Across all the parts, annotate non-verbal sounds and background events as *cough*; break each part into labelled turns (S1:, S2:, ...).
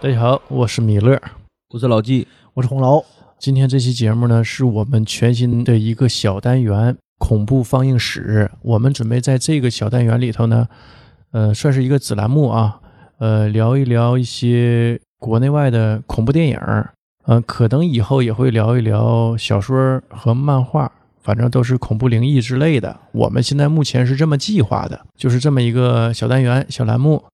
S1: 大家好，我是米勒，
S2: 我是老纪，
S3: 我是红楼。
S1: 今天这期节目呢，是我们全新的一个小单元——恐怖放映室。我们准备在这个小单元里头呢，呃，算是一个子栏目啊，呃，聊一聊一些国内外的恐怖电影，呃，可能以后也会聊一聊小说和漫画，反正都是恐怖灵异之类的。我们现在目前是这么计划的，就是这么一个小单元、小栏目。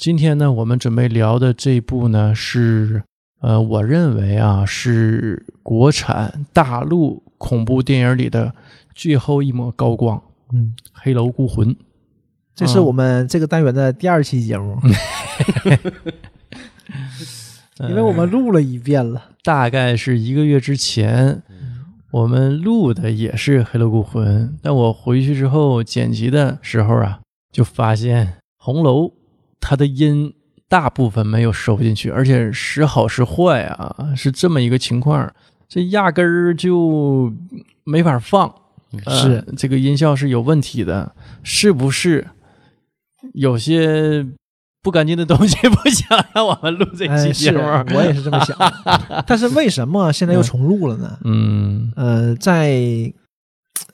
S1: 今天呢，我们准备聊的这部呢是呃，我认为啊，是国产大陆恐怖电影里的最后一抹高光，《
S3: 嗯，
S1: 黑楼孤魂》。
S3: 这
S1: 啊
S3: 是我们这个单元的第二期节
S1: *laughs*
S3: 目，
S1: 呃
S3: 因为我们录了一遍
S1: *laughs*
S3: 了。
S1: 大概是一个月之前，
S3: 嗯
S1: 我们录的也是《黑楼孤魂》，但我回去之后剪辑的时候啊，就发现红楼它的音大部分没有收进去，而且时好时坏啊，是这么一个情况，这压根儿就没法放。呃
S3: 嗯是
S1: 这个音效是有问题的，是不是？有些不干净的东西不想让我们录这
S3: 哎，
S1: 期节
S3: 是
S1: 目。
S3: 我也是这么
S1: *laughs*
S3: 想的。但是为什么现在又重录了呢？
S1: 嗯，
S3: 呃，在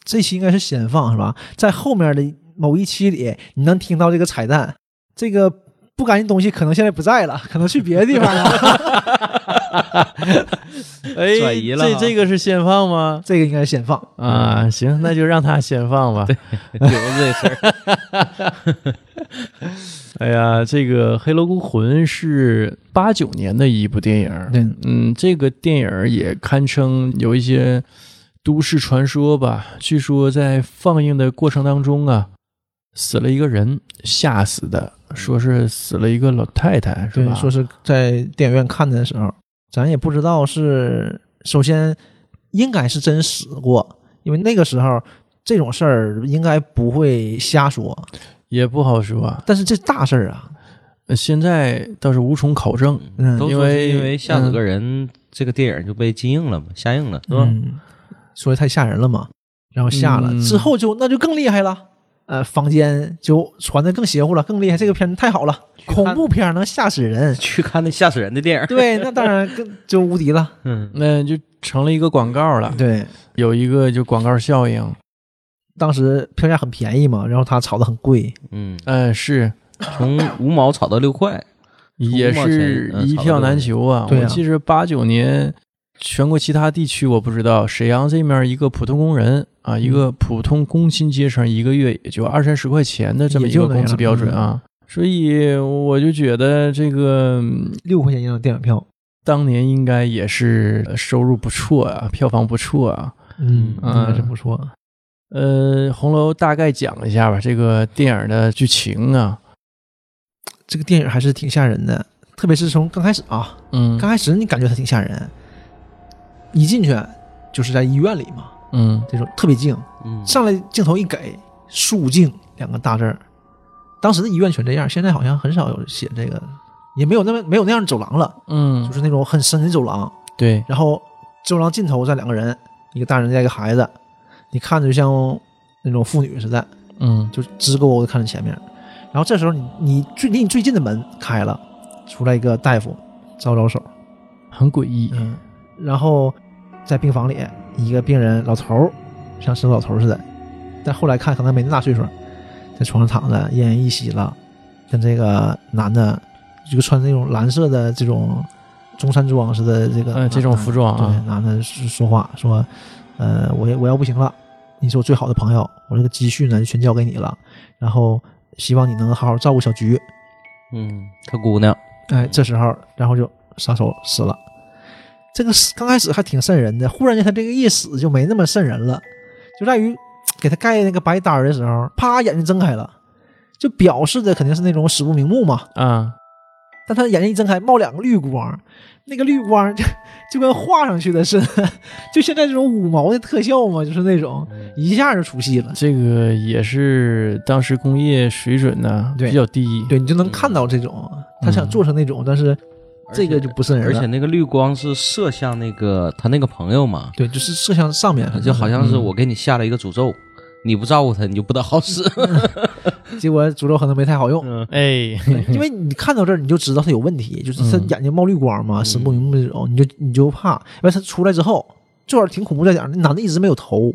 S3: 这期应该是先放是吧？在后面的某一期里，你能听到这个彩蛋，这个不干净东西可能现在不在了，可能去别的地方
S1: *laughs*
S3: 了。
S1: 哎，
S2: 转移了
S1: 这
S2: 哈
S1: 这个是先放吗？
S3: 这个应该先放。
S1: 啊，行，那就让他先放吧。
S2: 有这事儿，
S1: *laughs* 哎呀，这个《黑楼孤魂》是八九年的一部电影，
S3: 对，
S1: 嗯，这个电影也堪称有一些都市传说吧。据说在放映的过程当中啊，死了一个人，吓死的，说是死了一个老太太，是
S3: 对
S1: 吧？，
S3: 说是在电影院看的时候，咱也不知道是首先应该是真死过，因为那个时候这种事儿应该不会瞎说。
S1: 也不好说，啊
S3: 但是这大事儿啊，
S1: 现在倒是无从考证。
S3: 嗯
S2: 都
S1: 因
S2: 说是
S1: 为
S2: 因为吓死个人，这个电影就被禁映了嘛，下映了，是吧？。
S3: 嗯，说的太吓人了嘛，然后吓了、
S1: 嗯
S3: 之后就那就更厉害了。呃，坊间就传的更邪乎了，更厉害。这个片儿太好了，恐怖片儿能吓死人
S2: *laughs* *laughs* 去看那吓死人的电影，
S3: 对，那当然更就无敌了。 *laughs*
S2: 嗯，
S1: 那就成了一个广告了，
S3: 对，
S1: 有一个就广告效应，
S3: 当时票价很便宜嘛，然后它炒的很贵。
S2: 嗯，
S1: 嗯，是
S2: 从五毛炒到六块，
S1: 也
S2: 毛
S1: 是
S2: 钱嗯
S1: 一
S2: 差不
S1: 票
S2: 多
S1: 难
S2: 是
S1: 求啊。
S3: 对
S1: 我
S3: 啊
S1: 记着八九年，全国其他地区我不知道，沈阳这面一个普通工人啊，一
S3: 嗯
S1: 个普通工薪阶层，一个月也就二三十块钱的这么
S3: 也
S1: 一个
S3: 就那
S1: 工资
S3: 样嗯
S1: 标准啊。所以我就觉得这个嗯
S3: 六块钱一张电影票，
S1: 当年应该也是呃收入不错啊，票房不错啊。
S3: 嗯
S1: 嗯
S3: 还是不错。
S1: 呃，红楼大概讲一下吧，这个电影的剧情啊，
S3: 这个电影还是挺吓人的，特别是从刚开始啊，
S1: 嗯
S3: 刚开始你感觉它挺吓人，一进去就是在医院里嘛，
S1: 嗯
S3: 这种特别静，
S2: 嗯，
S3: 上来镜头一给“肃静”两个大字儿，当时的医院全这样，现在好像很少有写这个，也没有那么没有那样的走廊了，就
S1: 嗯，
S3: 是那种很深的走廊，
S1: 对，
S3: 然后走廊尽头站两个人，一个大人带一个孩子，你看着就像那种妇女似的，
S1: 嗯
S3: 就直勾勾的看着前面。然后这时候你你最离你最近的门开了，出来一个大夫，招招手，
S1: 很诡异，
S3: 嗯，然后在病房里一个病人老头儿，像是个老头儿似的，但后来看可能没那么大岁数，在床上躺着奄奄一息了，跟这个男的，就穿那种蓝色的这种中山装似的这个
S1: 嗯，这种服装
S3: 对
S1: 啊，，
S3: 男的说说话说，呃，我我要不行了，你是我最好的朋友，我这个积蓄呢就全交给你了，然后希望你能好好照顾小菊。
S2: 嗯，他姑娘，
S3: 哎，这时候然后就撒手死了。这个死刚开始还挺瘆人的，忽然间他这个一死就没那么瘆人了，就在于给他盖那个白单儿的时候，啪眼睛睁开了，就表示的肯定是那种死不瞑目嘛。
S1: 啊，
S3: 但他眼睛一睁开，冒两个绿光，那个绿光就 *laughs* 就跟画上去的似的，就现在这种五毛的特效嘛，就是那种
S2: 嗯
S3: 一下就出戏了。
S1: 这个也是当时工业水准呢
S3: 对
S1: 比较低，
S3: 对你就能看到这种，他想做成那种，但是这个就不瘆人
S2: 嗯而
S3: 了。
S2: 且那个绿光是射向那个他那个朋友嘛，
S3: 对，就是摄像上面，嗯
S2: 就好像是我给你下了一个诅咒，你不照顾他，你就不得好死。
S3: 结果诅咒可能没太好用，
S2: 嗯
S1: 哎，
S3: 因为你看到这儿你就知道他有问题，就是他
S1: 嗯
S3: 眼睛冒绿光嘛，死不瞑目这种，你就你就怕。因为他出来之后，这会儿挺恐怖在哪儿？那男的一直没有头，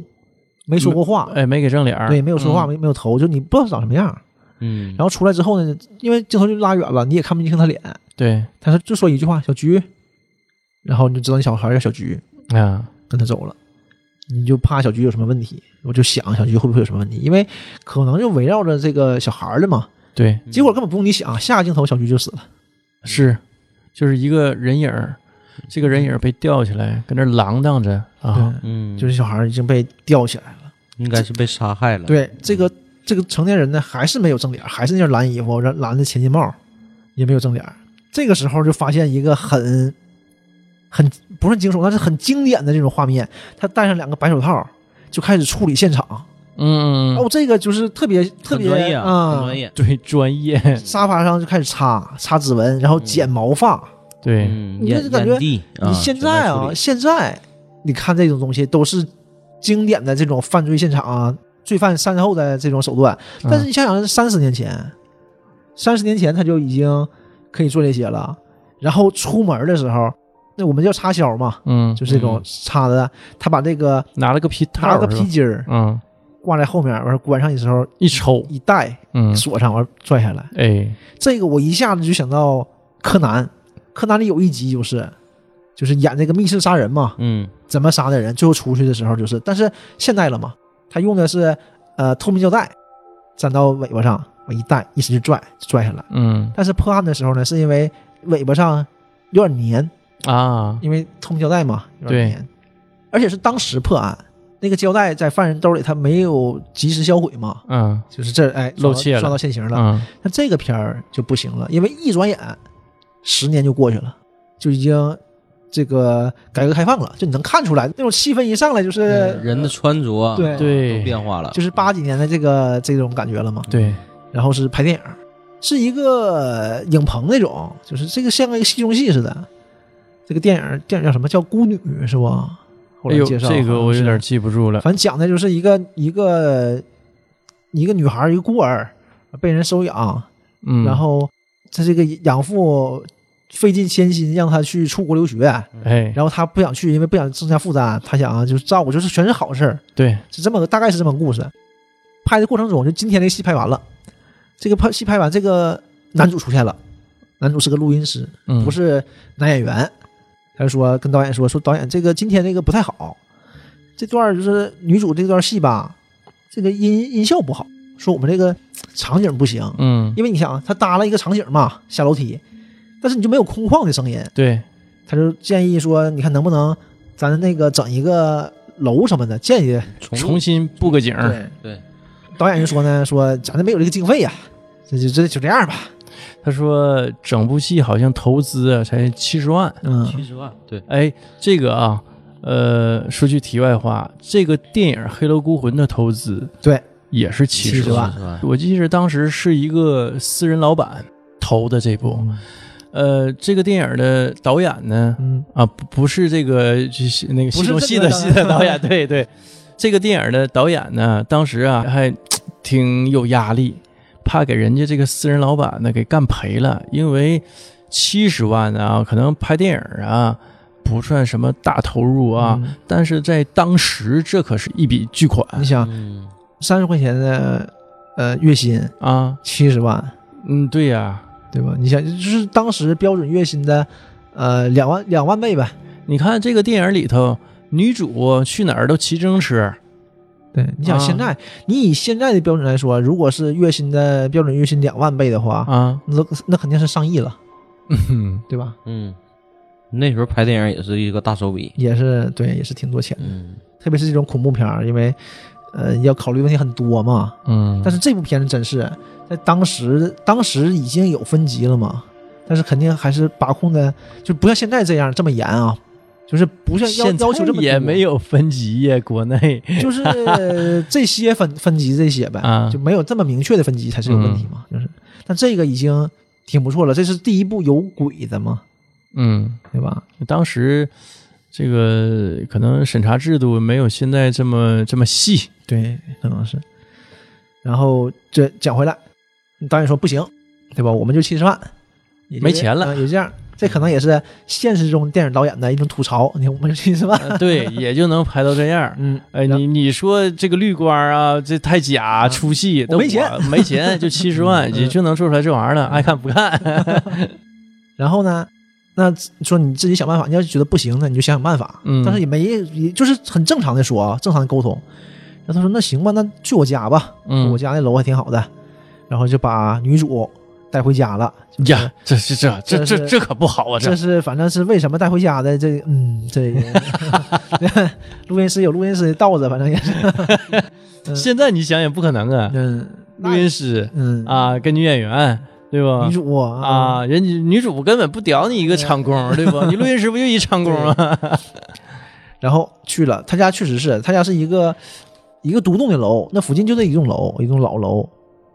S3: 没说过话，
S1: 哎，没给正脸儿，
S3: 对，没有说话，
S1: 嗯
S3: 没没有头，就你不知道他长什么样。
S2: *laughs* 嗯，
S3: 然后出来之后呢，因为镜头就拉远了，你也看不清他脸，
S1: 对
S3: 他说就说一句话“小菊”，然后你就知道你小孩叫小菊，
S1: 啊，
S3: 跟他走了，你就怕小菊有什么问题，我就想小菊会不会有什么问题，因为可能就围绕着这个小孩儿了嘛。
S1: 对，
S2: 嗯
S3: 结果根本不用你想，下个镜头小菊就死了。
S1: 是，就是一个人影儿，这个人影儿被吊起来，跟那儿浪荡着啊，
S2: 嗯，
S3: 就是小孩儿已经被吊起来了。
S2: 应该是被杀害了。，
S3: 对，这个这个成年人呢，还是没有正脸，还是那件蓝衣服，蓝蓝的前进帽，也没有正脸。这个时候就发现一个很很不是惊悚，但是很经典的这种画面，他戴上两个白手套。就开始处理现场，
S1: 嗯，
S3: 哦，这个就是特别特别
S2: 专业啊，很专业。
S1: 对，专
S3: *laughs*
S1: 业，
S3: 沙发上就开始擦擦指纹，然后剪毛发。
S1: 对，
S2: 嗯，
S3: 你
S2: 眼
S3: 这感觉
S2: 眼地啊，
S3: 你现在啊，
S2: 嗯正处理
S3: 现在你看这种东西都是经典的这种犯罪现场啊，罪犯善后的这种手段。但
S1: 嗯
S3: 是你想想，三十年前，三十年前他就已经可以做这些了。然后出门的时候，那我们叫插销嘛，
S1: 嗯，
S3: 就是这种插的，他把这个
S1: 拿了个皮套
S3: 拿
S1: 儿
S3: 个
S1: 是吧
S3: 皮，筋儿
S1: 嗯，
S3: 挂在后面，完事儿关上的时候
S1: 一抽，
S3: 一带
S1: 嗯，
S3: 锁上，完事儿拽下来。
S1: 哎，
S3: 这个我一下子就想到柯南，柯南里有一集就是，就是演这个密室杀人嘛，
S2: 嗯
S3: 怎么杀的人，最后出去的时候就是，但是现代了嘛，他用的是呃透明胶带粘到尾巴上，我一带一使劲拽就拽下来。
S1: 嗯
S3: 但是破案的时候呢，是因为尾巴上有点粘，
S1: 啊，
S3: 因为透明胶带嘛，有点粘，而且是当时破案，那个胶带在犯人兜里他没有及时销毁嘛，
S1: 嗯
S3: 就是这哎抓到
S1: 露怯了
S3: 抓到现行了，
S1: 嗯，
S3: 那这个片儿就不行了，因为一转眼十年就过去了，就已经这个改革开放了，就你能看出来那种气氛一上来就是、
S2: 嗯人的穿着啊
S3: 对
S1: 对
S2: 都变化了，
S3: 就是八几年的这个这种感觉了嘛。
S1: 对，
S3: 然后是拍电影，是一个影棚那种，就是这个像个一个戏中戏似的。这个电影电影叫什么？叫《孤女》是吧？后
S1: 哎
S3: 来
S1: 呦，
S3: 介绍啊
S1: 这个我有点
S3: 好像是
S1: 记不住了，
S3: 反正讲的就是一个一个一个女孩儿，一个孤儿被人收养，
S1: 嗯，
S3: 然后他这个养父费尽千辛让他去出国留学，
S1: 哎，
S3: 然后他不想去，因为不想增加负担，他想啊就是照顾，就是全是好事儿，
S1: 对，
S3: 是这么个大概是这么个故事。拍的过程中，就今天这个戏拍完了，这个拍戏拍完，这个男主出现了，男主是个录音师，
S1: 嗯，
S3: 不，是男演员。他就说跟导演说说导演这个今天这个不太好，这段儿就是女主这段戏吧，这个音音效不好，说我们这个场景不行，
S1: 嗯，
S3: 因为你想，啊，他搭了一个场景嘛，下楼梯，但是你就没有空旷的声音，
S1: 对，
S3: 他就建议说，你看能不能咱那个整一个楼什么的，建议。
S1: 重新布个景儿，
S3: 对，
S2: 嗯对，
S3: 导演就说呢，说咱这没有这个经费呀、这就这就这样吧。
S1: 他说整部戏好像投资啊才七十万。
S3: 嗯，
S2: 七十万，对，
S1: 哎，这个啊，呃，说句题外话，这个电影《黑楼孤魂》的投资
S3: 对，
S1: 也是七十
S3: 70
S1: 万。
S3: 万
S2: 70万，
S1: 我记得当时是一个私人老板投的这部，呃，这个电影的导演呢，
S3: 嗯，
S1: 啊，不不是这个就是那个
S3: 不
S1: 戏
S3: 是
S1: 中
S3: 这
S1: 戏
S3: 个
S1: 的
S3: 导
S1: 戏
S3: 演
S1: 的导演，对对，这个电影的导演呢，当时啊还挺有压力，怕给人家这个私人老板呢给干赔了，因为七十万啊，可能拍电影啊不算什么大投入啊，
S3: 嗯
S1: 但是在当时这可是一笔巨款
S3: 你想
S2: 嗯，
S3: 三十块钱的呃月薪
S1: 啊，
S3: 七十万，
S1: 嗯，对呀、
S3: 对吧？你想就是当时标准月薪的呃两万两万倍呗。
S1: 你看这个电影里头，女主去哪儿都骑自行车，
S3: 对，你想
S1: 啊
S3: 现在、你以现在的标准来说，如果是月薪的标准月薪两万倍的话，
S1: 啊，
S3: 那那肯定是上亿了，对吧？
S2: 嗯，那时候拍电影也是一个大手笔，
S3: 也是对，也是挺多钱的，
S2: 嗯，
S3: 特别是这种恐怖片儿，因为呃要考虑问题很多嘛。
S1: 嗯，
S3: 但是这部片子真是在当时，当时已经有分级了嘛，但是肯定还是把控的，就不像现在这样这么严啊，就是不像要
S1: 现在
S3: 要求这么
S1: 也没
S3: 有，
S1: 有分级呀，国内。
S3: 就是 *laughs* 这些分分级这些呗，
S1: 啊嗯
S3: 就没有这么明确的分级才是有问题嘛，就是。但这个已经挺不错了，这是第一部有鬼的嘛，
S1: 嗯，
S3: 对吧？
S1: 当时这个
S3: *laughs*
S1: 可能审查制度没有现在这么这么细。
S3: 对，可能是。然后这讲回来，导演说不行，对吧？我们就请吃饭，也就
S1: 没钱了
S3: 啊也就这样。这可能也是现实中电影导演的一种吐槽，你看我们就请吃饭，
S1: 呃对，也就能拍到这样。
S3: 嗯，嗯
S1: 哎，你你说这个绿光啊，这太假，出戏，但
S3: 我没钱，
S1: 没钱就七十万，
S3: *laughs* 嗯
S1: 也就能做出来这玩意儿了，爱看不
S3: *laughs*
S1: 看。
S3: 然后呢，那说你自己想办法，你要是觉得不行呢，你就想想办法。
S1: 嗯
S3: 但是也没，也就是很正常的说啊，正常的沟通。然后他说那行吧，那去我家吧，
S1: 嗯
S3: 我，家那楼还挺好的。然后就把女主带回家了。就是
S1: 呀，这这这这
S3: 这
S1: 这
S3: 是
S1: 这可不好啊！
S3: 这
S1: 这
S3: 是反正是为什么带回家的？这嗯，这 *laughs* 录音师有录音师的道子，反正也是
S1: 现在你想也不可能啊，
S3: 嗯
S1: 录音师
S3: 嗯，
S1: 啊，跟女演员对吧
S3: 女？主啊，
S1: 啊，人家女主根本不屌你一个场工，对 *laughs* 吧？你录音师不就一场工吗？
S3: 然后去了他家，确实是他家是一个一个独栋的楼，那附近就这一栋楼，一栋老楼，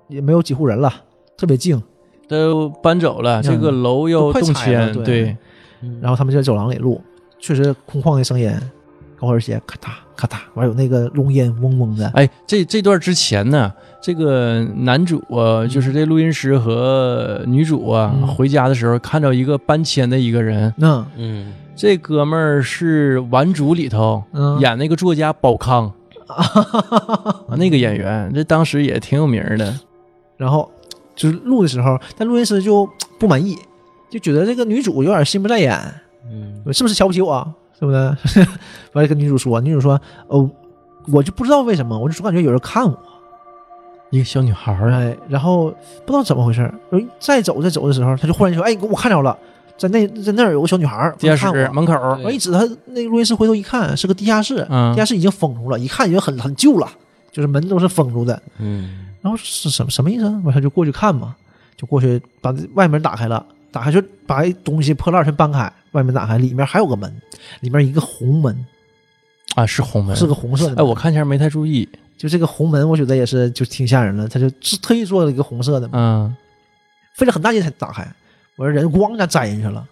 S3: 也没有几户人了，特别静。
S1: 都搬走了，这个楼要
S3: 都快
S1: 动
S3: 拆了
S1: 迁，
S3: 对
S1: 对，
S2: 嗯
S3: 然后他们就在走廊里录，确实空旷的声音，高跟鞋咔嗒咔嗒，完有那个浓烟嗡嗡的，
S1: 哎，这这段之前呢，这个男主啊，就是这录音师和女主啊，
S3: 嗯
S1: 回家的时候看到一个搬迁的一个人，
S3: 那
S2: 嗯，
S1: 这哥们儿是《顽主》里头、
S3: 嗯
S1: 演那个作家宝康啊，那个演员，这当时也挺有名儿的。
S3: 然后就是录的时候，但录音师就不满意，就觉得这个女主有点心不在焉，
S2: 嗯
S3: 是不是瞧不起我、啊是不是？ *laughs* 完了跟女主说，女主说，哦，我就不知道为什么，我就总感觉有人看我，
S1: 一个小女孩儿啊，
S3: 哎，然后不知道怎么回事儿，然后再走再走的时候，她就忽然说，哎，我看着了，在那在那儿有个小女孩儿，
S1: 地下
S3: 看
S1: 室
S3: 我。
S1: 门口儿，
S3: 我一指他那个录音室，回头一看是个地下室，
S1: 嗯
S3: 地下室已经封住了，一看已经很很旧了，就是门都是封住的。
S2: 嗯
S3: 然后是什么什么意思啊？我他就过去看嘛，就过去把外门打开了，打开就把一东西破烂全搬开，外面打开，里面还有个门，里面一个红门，
S1: 啊，是红门。
S3: 是个红色的门。
S1: 哎，我看前没太注意，
S3: 就这个红门，我觉得也是就挺吓人的，他就是特意做了一个红色的门，
S1: 嗯，
S3: 费了很大劲才打开，我说人咣一下栽进去了，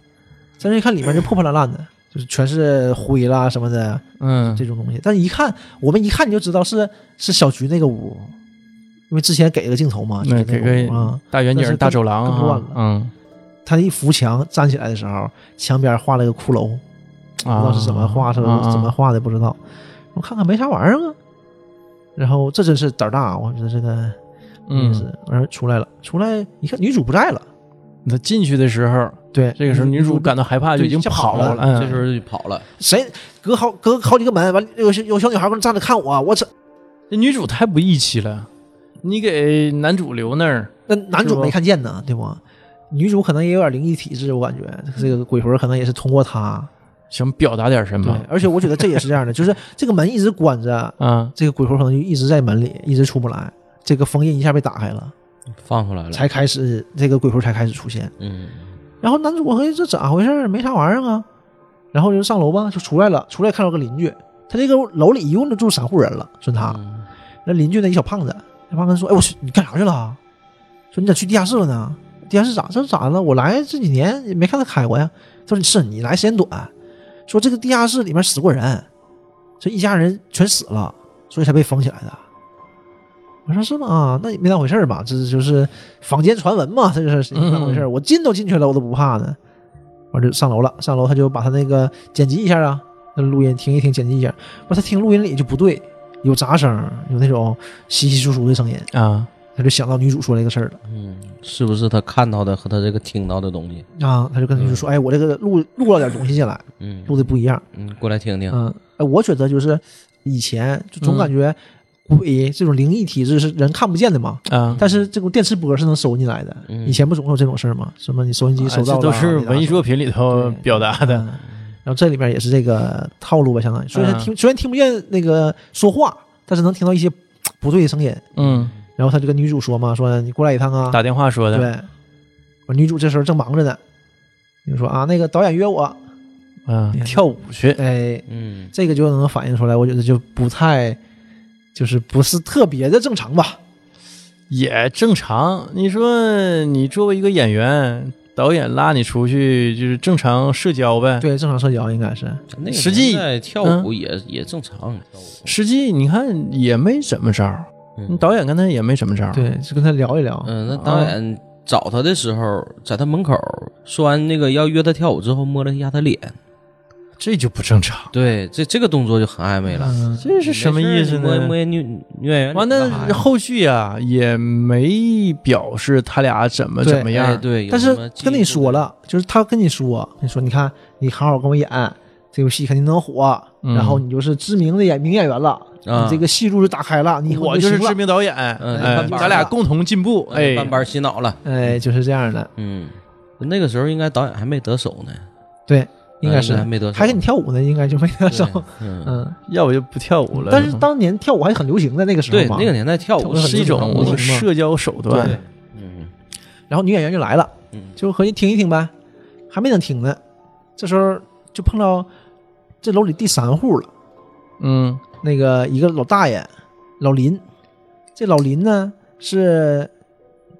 S3: 但是一看里面就破破烂烂的，就是全是灰啦什么的，
S1: 嗯
S3: 这，种东西。但是一看，我们一看你就知道是是小菊那个屋，因为之前给了镜头嘛，
S1: 那
S3: 就
S1: 嗯给
S3: 是那
S1: 个
S3: 个屋啊。
S1: 大远
S3: 但
S1: 景、
S3: 是更
S1: 大走廊
S3: 更
S1: 啊
S3: 乱了，
S1: 嗯
S3: 他一扶墙站起来的时候，墙边画了个骷髅，不知
S1: 啊，
S3: 道是怎么画出来、
S1: 啊
S3: 怎么？画的不知道。我看看没啥玩意儿啊。然后这真是胆儿大，我觉得这个也是
S1: 嗯，。
S3: 然后出来了，出来一看女主不在了，
S1: 他进去的时候，
S3: 对，
S1: 这个时候女主感到害怕，就
S3: 对
S1: 已经
S3: 吓
S1: 跑
S3: 跑
S1: 了。
S3: 了
S1: 嗯
S2: 这时候就跑了，
S3: 谁隔好隔好几个门，完了有小有小女孩搁那站着看我，我这
S1: 这女主太不义气了，你给男主留那儿，
S3: 那男
S1: 是
S3: 主
S1: 吧
S3: 没看见呢，对吗？女主可能也有点灵异体质，我感觉这个鬼魂可能也是通过她。
S1: 想表达点什
S3: 对
S1: 么，
S3: 而且我觉得这也是这样的，就是这个门一直关着，
S1: 啊？
S3: 这个鬼魂可能就一直在门里，一直出不来。这个封印一下被打开了，
S2: 放出来了，
S3: 才开始这个鬼魂才开始出现。
S2: 嗯
S3: 然后男主合计这咋回事儿？没啥玩意儿啊。然后就上楼吧，就出来了。出来看到个邻居，他这个楼里一共就住三户人了，算他。
S2: 嗯
S3: 那邻居那一小胖子，那胖子说：“哎，我去，你干啥去了？说你咋去地下室了呢？地下室咋这咋了？我来这几年也没看他开过呀。”他说：“是你来时间短，说这个地下室里面死过人，这一家人全死了，所以才被封起来的。”我说：“是吗？啊，那也没当回事儿吧？这就是坊间传闻嘛，这就是没当回事儿。我进都进去了，我都不怕呢。”完就上楼了，上楼他就把他那个剪辑一下啊，那录音听一听，剪辑一下。不，他听录音里就不对，有杂声儿，有那种稀稀疏疏的声音，
S1: 啊，
S3: 他就想到女主说这个事儿
S2: 嗯，是不是他看到的和他这个听到的东西？
S3: 了啊，他就跟女主
S1: 嗯
S3: 说：“哎，我这个录录了点东西进来，
S2: 嗯
S3: 录的不一样。
S2: 嗯，过来听听，
S3: 嗯，哎，我觉得就是以前就总
S1: 嗯
S3: 感觉鬼这种灵异体质是人看不见的嘛，
S1: 啊，
S3: 但是这种电磁波是能收进来的。
S2: 嗯
S3: 以前不总有这种事儿吗？什么你收音机收
S1: 啊
S3: 到了
S1: 这
S3: 啊，
S1: 都是
S3: 你拿
S1: 文艺
S3: 手
S1: 作品里头表达
S3: 的。
S1: 的，
S3: 嗯然后这里面也是这个套路吧，相当于虽然
S1: 嗯
S3: 听虽然听不见那个说话，但是能听到一些不对的声音。
S1: 嗯，
S3: 然后他就跟女主说嘛，说你过来一趟啊，
S1: 打电话说的，
S3: 对，我女主这时候正忙着呢，女主说啊，那个导演约我，
S1: 嗯，
S3: 对
S1: 跳舞
S2: *laughs*
S1: 去，
S3: 哎，
S2: 嗯
S3: 这个就能反映出来，我觉得就不太，就是不是特别的正常吧。
S1: 也正常。你说你作为一个演员，导演拉你出去就是正常社交
S2: 嗯
S1: 呗。
S3: 对，正常社交应该是，
S2: 那个
S1: 实际
S2: 年代跳舞也也正常，
S1: 实际你看也没怎么着，
S2: 嗯
S1: 导演跟他也没什么招儿，
S3: 对，就跟他聊一聊。啊
S2: 嗯，那导演找他的时候，在他门口说完那个要约他跳舞之后，摸了一下他脸，
S1: 这就不正常。
S2: 对，这这个动作就很暧昧了。
S3: 嗯，
S1: 这是什么意思
S2: 没事
S1: 呢
S2: 摸？摸女女演员
S1: 完
S2: 脸干啥
S1: 了，
S2: 呀
S1: 后续啊也没表示他俩怎么怎么样
S2: 哎
S1: 儿，
S2: 对，有
S3: 但
S2: 什
S3: 是
S2: 么进
S3: 跟
S2: 一
S3: 你
S2: 步
S3: 说了，就是他跟你说，你说你看你好好跟我演这游戏肯定能火，
S1: 嗯
S3: 然后你就是知名的演名演员了，
S2: 啊
S3: 你这个戏路就打开了，你以后
S1: 我就是
S3: 行了
S1: 知名导演，
S2: 嗯
S1: 哎
S2: 半班儿
S1: 咱俩
S3: 了
S1: 共同进步，哎，
S2: 半班洗脑了。
S3: 哎，就是这样的，
S2: 嗯，那个时候应该导演还没得手呢，呃
S3: 对，应该是
S2: 还没得手，
S3: 还跟你跳舞呢，应该就没得手。
S2: 对嗯，
S3: 嗯，
S1: 要不就不跳舞了。嗯
S3: 但是当年跳舞还很流行的那个时候
S2: 对，
S3: 嘛，
S2: 那个年代跳舞
S3: 很
S1: 是一
S3: 正
S1: 种
S3: 常的
S1: 社交手段，
S3: 对
S2: 嗯
S3: 然后女演员就来了，
S2: 嗯
S3: 就合计听一听呗，还没等听呢，这时候就碰到这楼里第三户了，
S1: 嗯
S3: 那个一个老大爷，老林，这老林呢是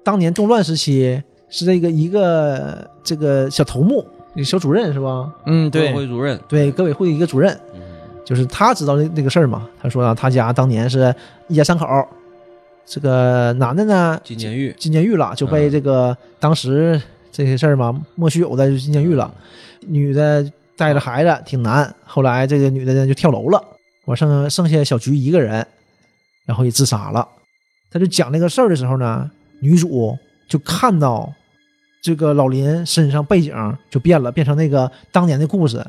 S3: 当年动乱时期是这个一个这个小头目，小主任是吧？
S1: 嗯，
S2: 革委
S1: 对，
S2: 会主任，
S3: 对，革委会的一个主任，
S2: 嗯
S3: 就是他知道那那个事儿嘛。他说啊，他家当年是一家三口，这个男的呢
S2: 进监狱，
S3: 进监狱了，就被
S2: 嗯
S3: 这个、当时这些事儿嘛莫须有的就进监狱了。
S2: 嗯
S3: 女的带着孩子挺难，后来这个女的呢就跳楼了，我剩剩下小菊一个人，然后也自杀了。他就讲这个事儿的时候呢，女主就看到这个老林身上背景就变了，变成那个当年的故事，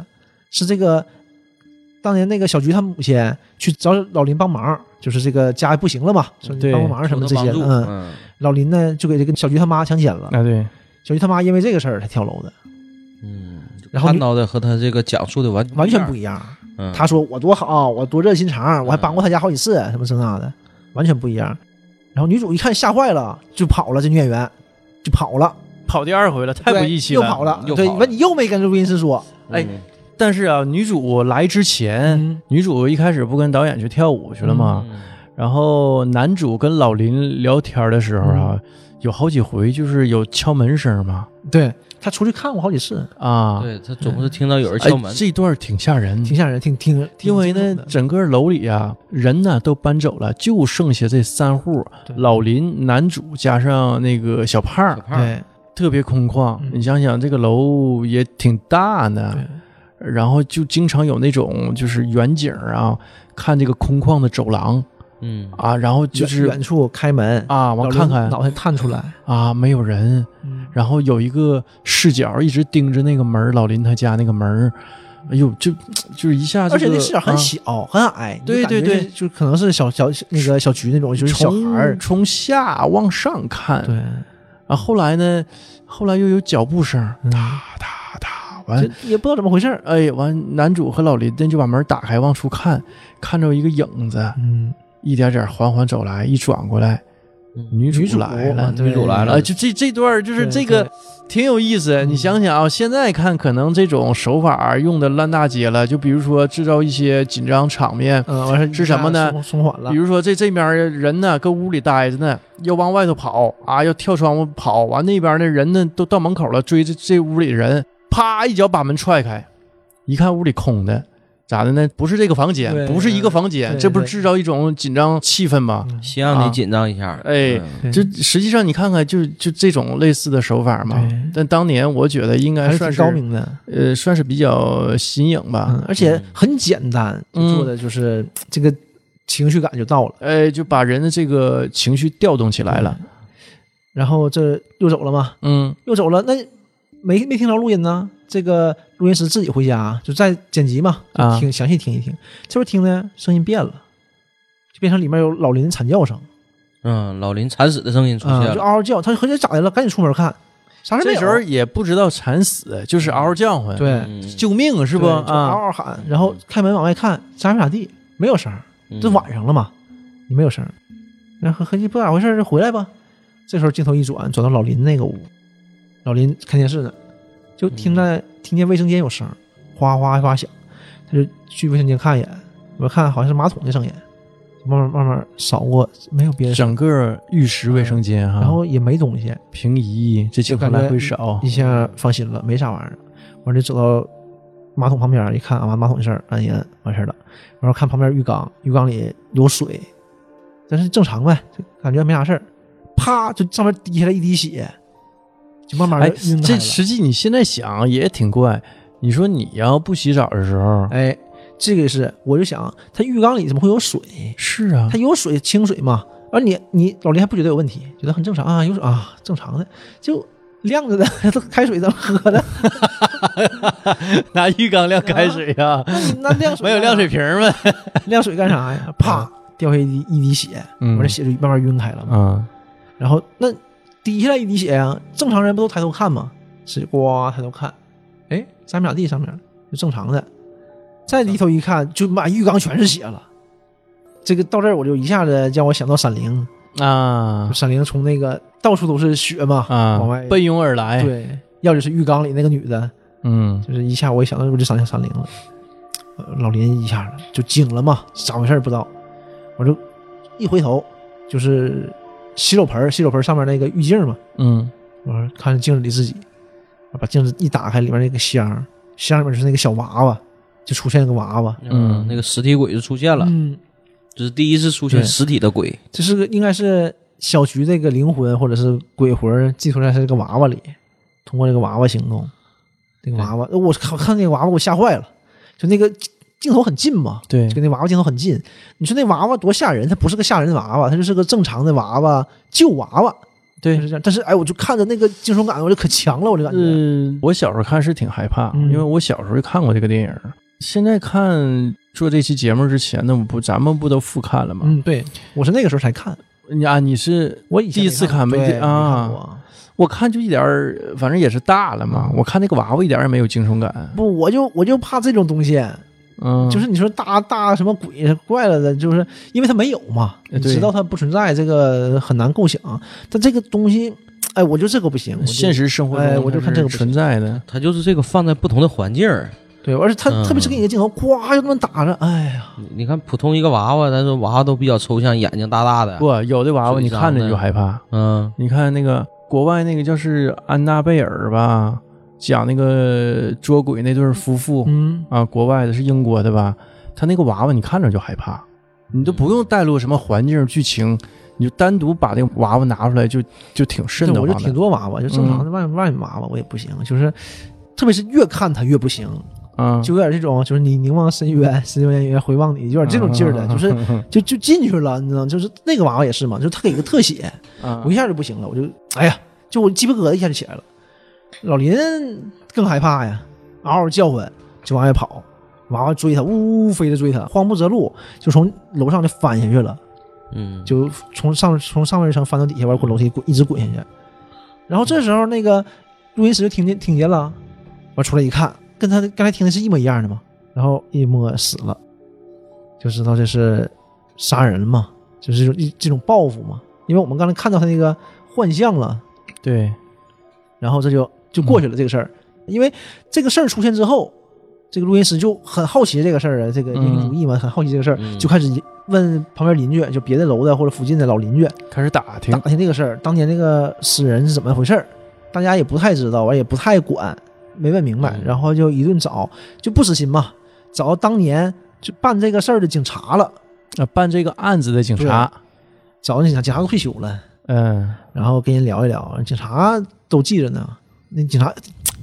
S3: 是这个当年那个小菊她母亲去找老林帮忙，就是这个家不行了嘛，说你
S1: 对
S3: 帮帮忙什么这些，
S2: 互相帮
S3: 嗯
S2: 助，嗯，
S3: 老林呢就给这个小菊他妈强奸了，
S1: 啊对，
S3: 小菊他妈因为这个事儿才跳楼的，
S2: 嗯，就
S3: 然后
S2: 看
S3: 你
S2: 到的和他这个讲述的完
S3: 完全不
S2: 一
S3: 一样。
S1: 嗯
S2: 样。嗯
S3: 他说我多好，我多热心肠，我还帮过他家好几次，什么这那的，完全不一样。然后女主一看吓坏了，就跑了，这女演员就跑了，
S1: 跑第二回了，嗯太不义气
S3: 对又跑了，
S2: 又跑
S3: 对，
S2: 了
S3: 完你又没跟录音师说，
S1: 哎但是啊，女主来之前，
S3: 嗯，
S1: 女主一开始不跟导演去跳舞去了吗？然后男主跟老林聊天的时候
S3: 嗯
S1: 啊，有好几回就是有敲门声嘛，
S3: 对他出去看过好几次，
S1: 啊，
S2: 嗯对他总是听到有人敲门
S1: 哎，这段挺吓人。
S3: 挺吓人，挺挺挺
S1: 因为
S3: 惊悚
S1: 呢
S3: 的，
S1: 整个楼里啊，人呢都搬走了，就剩下这三户：
S3: 对
S1: 老林、男主加上那个小胖
S2: 小
S1: 儿，
S2: 胖儿，
S1: 特别空旷。
S3: 嗯
S1: 你想想，这个楼也挺大呢
S3: 对，对，
S1: 然后就经常有那种就是远景儿啊，看这个空旷的走廊
S2: 嗯，
S1: 啊，然后就
S3: 远
S1: 是
S3: 远处开门，
S1: 啊，往
S3: 老
S1: 看
S3: 林
S1: 看
S3: 脑袋探出来，
S1: 啊，没有人，
S3: 嗯
S1: 然后有一个视角一直盯着那个门儿，老林他家那个门儿，哎呦，就就是一下、这个，
S3: 而且那视角很
S1: 啊
S3: 小、很矮，你就
S1: 对
S3: 感觉
S1: 对
S3: 是
S1: 对
S3: 就可能是小小那个小菊那种，就是小孩儿
S1: 从，从下往上看。
S3: 对，
S1: 啊，后来呢，后来又有脚步声，
S3: 嗯
S1: 哒哒哒，完，
S3: 就也不知道怎么回事儿，
S1: 哎，完，男主和老林呢就把门打开往出看，看着一个影子，
S3: 嗯，
S1: 一点点缓缓走来，一转过来，女
S3: 女主
S1: 来了
S3: 啊。对
S2: 女主来了
S1: 啊，就这这段儿就是
S3: 对
S1: 这个
S3: 对
S1: 挺有意思，你
S3: 嗯
S1: 想想啊，现在看可能这种手法儿用的烂大街了，就比如说制造一些紧张场面，
S3: 嗯，完事儿
S1: 是什么呢
S3: 松松缓了
S1: 比，如说这这边儿人呢搁屋里待着呢，要往外头跑啊，要跳窗户跑，完那边儿的人呢都到门口了，追着这屋里人，啪一脚把门踹开，一看屋里空的，咋的呢？不是这个房间
S3: 对，
S1: 不是一个房间，
S3: 对
S1: 这不是
S3: 对
S1: 制造一种紧张气氛吗？
S3: 嗯
S2: 先让
S1: 啊
S2: 你紧张一下，
S1: 哎
S2: 嗯
S3: 对
S1: 就实际上你看看就，就这种类似的手法嘛
S3: 对。
S1: 但当年我觉得应该
S3: 还是
S1: 算
S3: 挺
S1: 是
S3: 高明的，
S1: 呃，算是比较新颖吧
S3: 嗯。，而且很简单，就
S1: 嗯
S3: 做的就是这个情绪感就到了。
S1: 哎，就把人的这个情绪调动起来了。
S3: 然后这又走了嘛，
S1: 嗯
S3: 又走了，那没没听着录音呢。这个录音师自己回家就再剪辑嘛，
S1: 啊
S3: 就听详细听一听。这边听呢，声音变了，就变成里面有老林的惨叫声
S2: 嗯，老林惨死的声音出现
S3: 啊、就
S2: 了，
S3: 嗷嗷叫。他合计咋的了，赶紧出门看，啥事儿
S1: 这
S3: 没有。
S1: 时候也不知道惨死，就是嗷嗷叫唤，
S3: 对，
S2: 嗯
S1: 救命是不
S3: 对就嗷
S1: 啊？
S3: 嗷喊，然后开门往外看，咋没咋地，没有声儿。
S2: 嗯
S3: 这晚，上了嘛，你没有声儿，然后合计不咋回事儿，就回来吧。这时候镜头一转，转到老林那个屋，老林看电视呢，就听到、听见卫生间有声儿，哗哗哗响，他就去卫生间看一眼，我看好像是马桶的声音，慢慢慢慢扫过，没有别的声
S1: 整个浴室卫生间
S3: 儿，
S1: 哈，
S3: 然后也没东西，
S1: 平移，这镜头
S3: 就感觉
S1: 来回扫
S3: 一，下放心了，没啥玩意儿。完了就走到马桶旁边一看啊，马桶的事儿按一按完事儿了。然后看旁边浴缸，浴缸里有水，但是正常呗，就感觉没啥事儿，啪就上面滴下来一滴血，就慢慢
S1: 哎
S3: 就晕开
S1: 这
S3: 了。
S1: 实际你现在想也挺怪。你说你要不洗澡的时候，
S3: 哎，这个是我就想，它浴缸里怎么会有水？
S1: 是啊
S3: *laughs* 它，有水，清水嘛。而你你老林还不觉得有问题，觉得很正常啊，有水啊，正常的，就晾着的， *laughs* 都开水怎么喝的？
S1: 拿浴缸晾开
S3: *laughs*
S1: 水呀、
S3: 那你那晾水
S1: 没有晾
S3: 干啥
S1: 水瓶儿呗？
S3: 晾水干啥呀？啪，掉下一滴一滴血，
S1: 嗯
S3: 我这血就慢慢晕开了嘛。
S1: 啊，
S3: 然后那滴下来一滴血啊，正常人不都抬头看吗？是呱抬头看，哎，咱们俩地上面就正常的，再低头一看，就满浴缸全是血了。这个到这儿我就一下子让我想到《闪灵》，
S1: 啊
S3: 闪灵从那个到处都是血嘛，
S1: 啊
S3: 往外，
S1: 奔涌而来。，
S3: 对，要就是浴缸里那个女的，
S1: 嗯，
S3: 就是一下我一想到我就想到闪灵了，呃老林一下就惊了嘛，咋回事儿不知道，我就一回头就是洗手盆儿，洗手盆儿上面那个浴镜嘛，
S1: 嗯
S3: 我说看着镜子里自己，我把镜子一打开，里面那个箱儿，箱里面就是那个小娃娃，就出现了个娃娃，
S1: 嗯
S2: 那个实体鬼就出现了，
S3: 嗯，
S2: 这是第一次出现
S3: 对
S2: 实体的鬼。
S3: 这是个应该是小菊这个灵魂或者是鬼魂儿寄托在这个娃娃里，通过这个娃娃行动，这个娃娃，我靠，看那个娃娃我吓坏了，就那个镜镜头很近嘛，
S1: 对
S3: 就跟那娃娃镜头很近，你说那娃娃多吓人，它不是个吓人娃娃，它就是个正常的娃娃，旧娃娃，
S1: 对
S3: 就。是这样，但是哎，我就看着那个惊悚感，我就可强了，我就感觉，
S1: 嗯，我小时候看是挺害怕，
S3: 嗯
S1: 因为我小时候就看过这个电影。现在看做这期节目之前呢，我不咱们不都复看了吗？
S3: 嗯，对，我是那个时候才看，
S1: 你啊，你是
S3: 我以前
S1: 第一次
S3: 没看
S1: 看没
S3: 对没
S1: 见啊
S3: 看过
S1: 我看就一点儿，反正也是大了嘛。我看那个娃娃一点儿也没有惊悚感，
S3: 嗯不，我就我就怕这种东西，
S1: 嗯，
S3: 就是你说大大什么鬼怪了的，就是因为它没有嘛，
S1: 呃
S3: 你
S1: 对
S3: 知道它不存在，这个很难构想。但这个东西，哎，我就这个不行，我就
S1: 现实生活中
S3: 哎我就
S1: 它
S3: 看
S1: 是
S3: 这个不
S1: 存在的，
S2: 它就是这个放在不同的环境儿，
S3: 对，而且它
S2: 嗯
S3: 特别是给你个镜头，咵就那么打着，哎呀，
S2: 你你看普通一个娃娃，咱说娃娃都比较抽象，眼睛大大的，
S1: 不，有的娃娃你看着你就害怕。
S2: 嗯，
S1: 你看那个国外那个叫是安娜贝尔吧，讲那个捉鬼那对儿夫妇，
S3: 嗯，
S1: 啊，国外的是英国的吧？他那个娃娃你看着就害怕，你都不用带入什么环境剧情，你就单独把那个娃娃拿出来就就挺瘆得
S3: 我
S1: 慌
S3: 就
S1: 的。
S3: 挺多娃娃，就正常的外外面娃娃我也不行，就是。特别是越看它越不行，
S1: 啊，
S3: 就有点这种，就是你凝望深渊，深渊源回望你，有点这种劲儿的，
S1: 嗯
S3: 就是 *laughs* 就就进去了，你知道吗，就是那个娃娃也是嘛，就是他给个特写，
S1: *laughs* 啊
S3: 我一下就不行了，我就哎呀，就我鸡皮疙瘩一下就起来了。老林更害怕呀，嗷嗷叫唤就往外跑，娃娃追他，呜呜飞着追他，慌不择路就从楼上就翻下去了，
S2: 嗯，
S3: 就从上从上面一层翻到底下，完滚楼梯滚一直滚下去。然后这时候那个录音师就听见听见了，完出来一看，跟他刚才听的是一模一样的嘛。然后一摸死了，就知道这是杀人嘛，就是这种一这种报复嘛。因为我们刚才看到他那个幻象了，
S1: 对，
S3: 然后这就就过去了这个事儿。因为这个事儿出现之后，这个录音师就很好奇这个事儿啊，这个英雄主义嘛，很好奇这个事儿，
S2: 嗯
S3: 就开始问旁边邻居，就别的楼的或者附近的老邻居，
S1: 开始打听
S3: 打，听这个事儿，当年那个死人是怎么回事儿，大家也不太知道，完也不太管，没问明白，
S2: 嗯
S3: 然后就一顿找，就不死心嘛，找到当年就办这个事儿的警察了，
S1: 啊，办这个案子的警察，
S3: 找到警察，警察都退休了，
S1: 嗯，
S3: 然后跟人聊一聊，警察都记着呢，那警察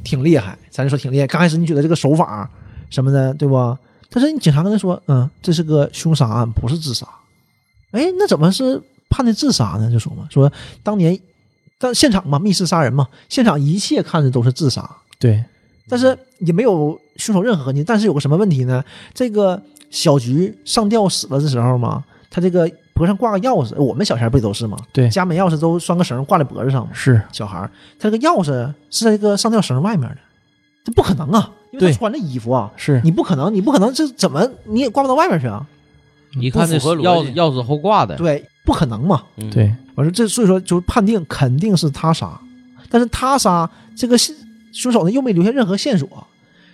S3: 挺厉害，咱就说挺厉害，刚开始你觉得这个手法什么的，对吧？但是你警察跟他说，嗯，这是个凶杀案，不是自杀。哎，那怎么是判的自杀呢？就说嘛，说当年，但现场嘛，密室杀人嘛，现场一切看着都是自杀，
S1: 对，
S3: 但是也没有凶手任何痕迹。但是有个什么问题呢？这个小菊上吊死了的时候嘛，他这个脖上挂个钥匙，我们小前不也都是吗？
S1: 对
S3: 家门钥匙都拴个绳挂在脖子上嘛。
S1: 是，
S3: 小孩儿，他这个钥匙是在这个上吊绳外面的，这不可能啊，因为
S1: 对
S3: 他穿着衣服啊，
S1: 是
S3: 你不可能，你不可能，这怎么你也挂不到外面去啊？
S2: 一看这
S1: 不符合
S2: 钥
S1: 逻辑
S2: 匙钥匙后挂的，
S3: 对，不可能嘛。
S2: 嗯，
S1: 对，
S3: 我说这，所以说就是判定肯定是他杀，但是他杀这个信凶手呢又没留下任何线索，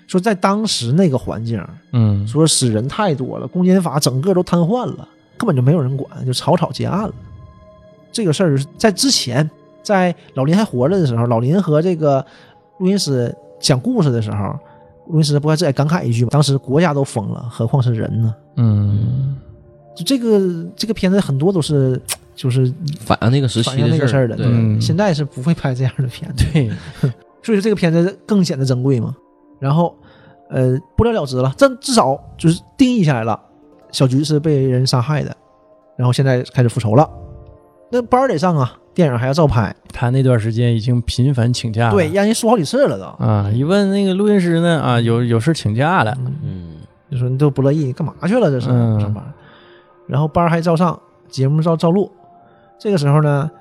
S3: 说在当时那个环境，
S1: 嗯，
S3: 说死人太多了，公检法整个都瘫痪了，根本就没有人管，就草草结案了。这个事儿在之前，在老林还活着的时候，老林和这个录音师讲故事的时候，录音师不还自己感慨一句吗？当时国家都疯了，何况是人呢？
S1: 嗯，
S3: 就这个这个片子很多都是就是
S2: 反映那个时
S3: 反
S2: 期
S3: 映那个
S2: 的
S3: 事
S2: 儿
S3: 儿的，
S2: 对，
S1: 嗯
S3: 现在是不会拍这样的片子，
S1: 对，
S3: 所以说这个片子更显得珍贵嘛。然后，呃，不了了之了，这至少就是定义下来了，小菊是被人杀害的，然后现在开始复仇了，那班儿得上啊，电影还要照拍，
S1: 他那段时间已经频繁请假了。
S3: 对，让人说好几次了都。
S1: 啊，一问那个录音师呢，啊，有有事请假了。
S2: 嗯，
S3: 就说你都不乐意，你干嘛去了？这是
S1: 嗯
S3: 上班，然后班儿还照上，节目照照录。这个时候呢，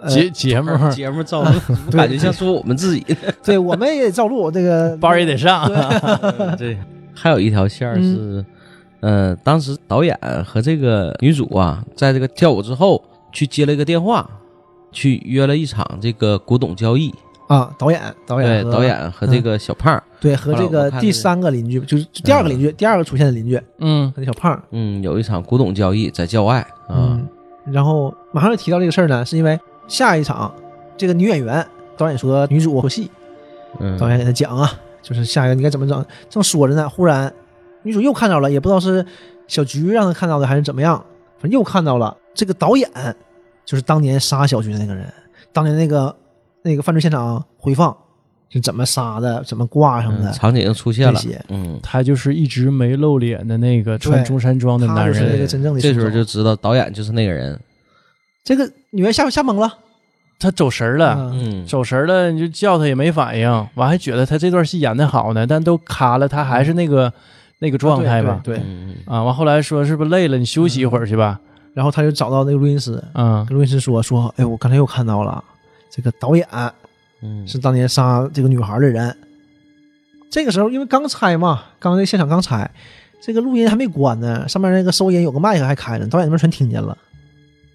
S3: 呃，
S1: 节节目
S2: 而节目造的感觉像说我们自己的。
S3: 对我们也照录，这
S2: *laughs*
S3: 个
S1: *laughs* 班儿也得上。
S2: 对，啊还有一条线
S3: 嗯
S2: 儿是，呃，当时导演和这个女主啊，在这个跳舞之后去接了一个电话，去约了一场这个古董交易。
S3: 啊，导演，导
S2: 对
S3: 演，，
S2: 导，演和这个小胖儿，
S3: 对和这
S2: 后来
S3: 个
S2: 我看
S3: 第
S2: 这个
S3: 三个邻居，就是就第二个邻居，第二个出现的邻居，
S1: 嗯
S3: 和那小胖儿，
S2: 嗯，有一场古董交易在郊外啊，
S3: 嗯，然后马上就提到这个事儿呢，是因为下一场这个女演员，导演说女主我会戏，
S2: 嗯，
S3: 导演给他讲啊，就是下一个你该怎么整。正说着呢，忽然女主又看到了，也不知道是小菊让她看到的还是怎么样，反正又看到了这个导演，就是当年杀小菊的那个人，当年那个那个犯罪现场回放是怎么杀的，怎么挂上
S2: 嗯
S3: 的，
S2: 场景出现了
S3: 这些，
S2: 嗯，
S1: 他就是一直没露脸的那个穿
S3: 对
S1: 中山装的
S3: 他
S1: 男
S3: 就是那
S1: 人，
S3: 个真正的
S2: 这时候
S3: 凶手
S2: 就知道导演就是那个人，
S3: 这个女人吓吓懵了，
S1: 他走神儿了，
S3: 嗯
S2: 嗯，
S1: 走神儿了，你就叫他也没反应，我还觉得他这段戏演的好呢，但都卡了，他还是那个那个状态吧。
S3: 嗯对，对对嗯
S2: 嗯，
S1: 啊，完后来说是不是累了，你休息一会儿去吧。
S3: 然后他就找到那个录音师，
S1: 嗯
S3: 跟录音师说说，哎，我刚才又看到了这个导演。
S2: 嗯，
S3: 是当年杀这个女孩的人。这个时候，因为刚拆嘛，刚这现场刚拆，这个录音还没关呢，上面那个收音有个麦克还开着，导演那边全听见了。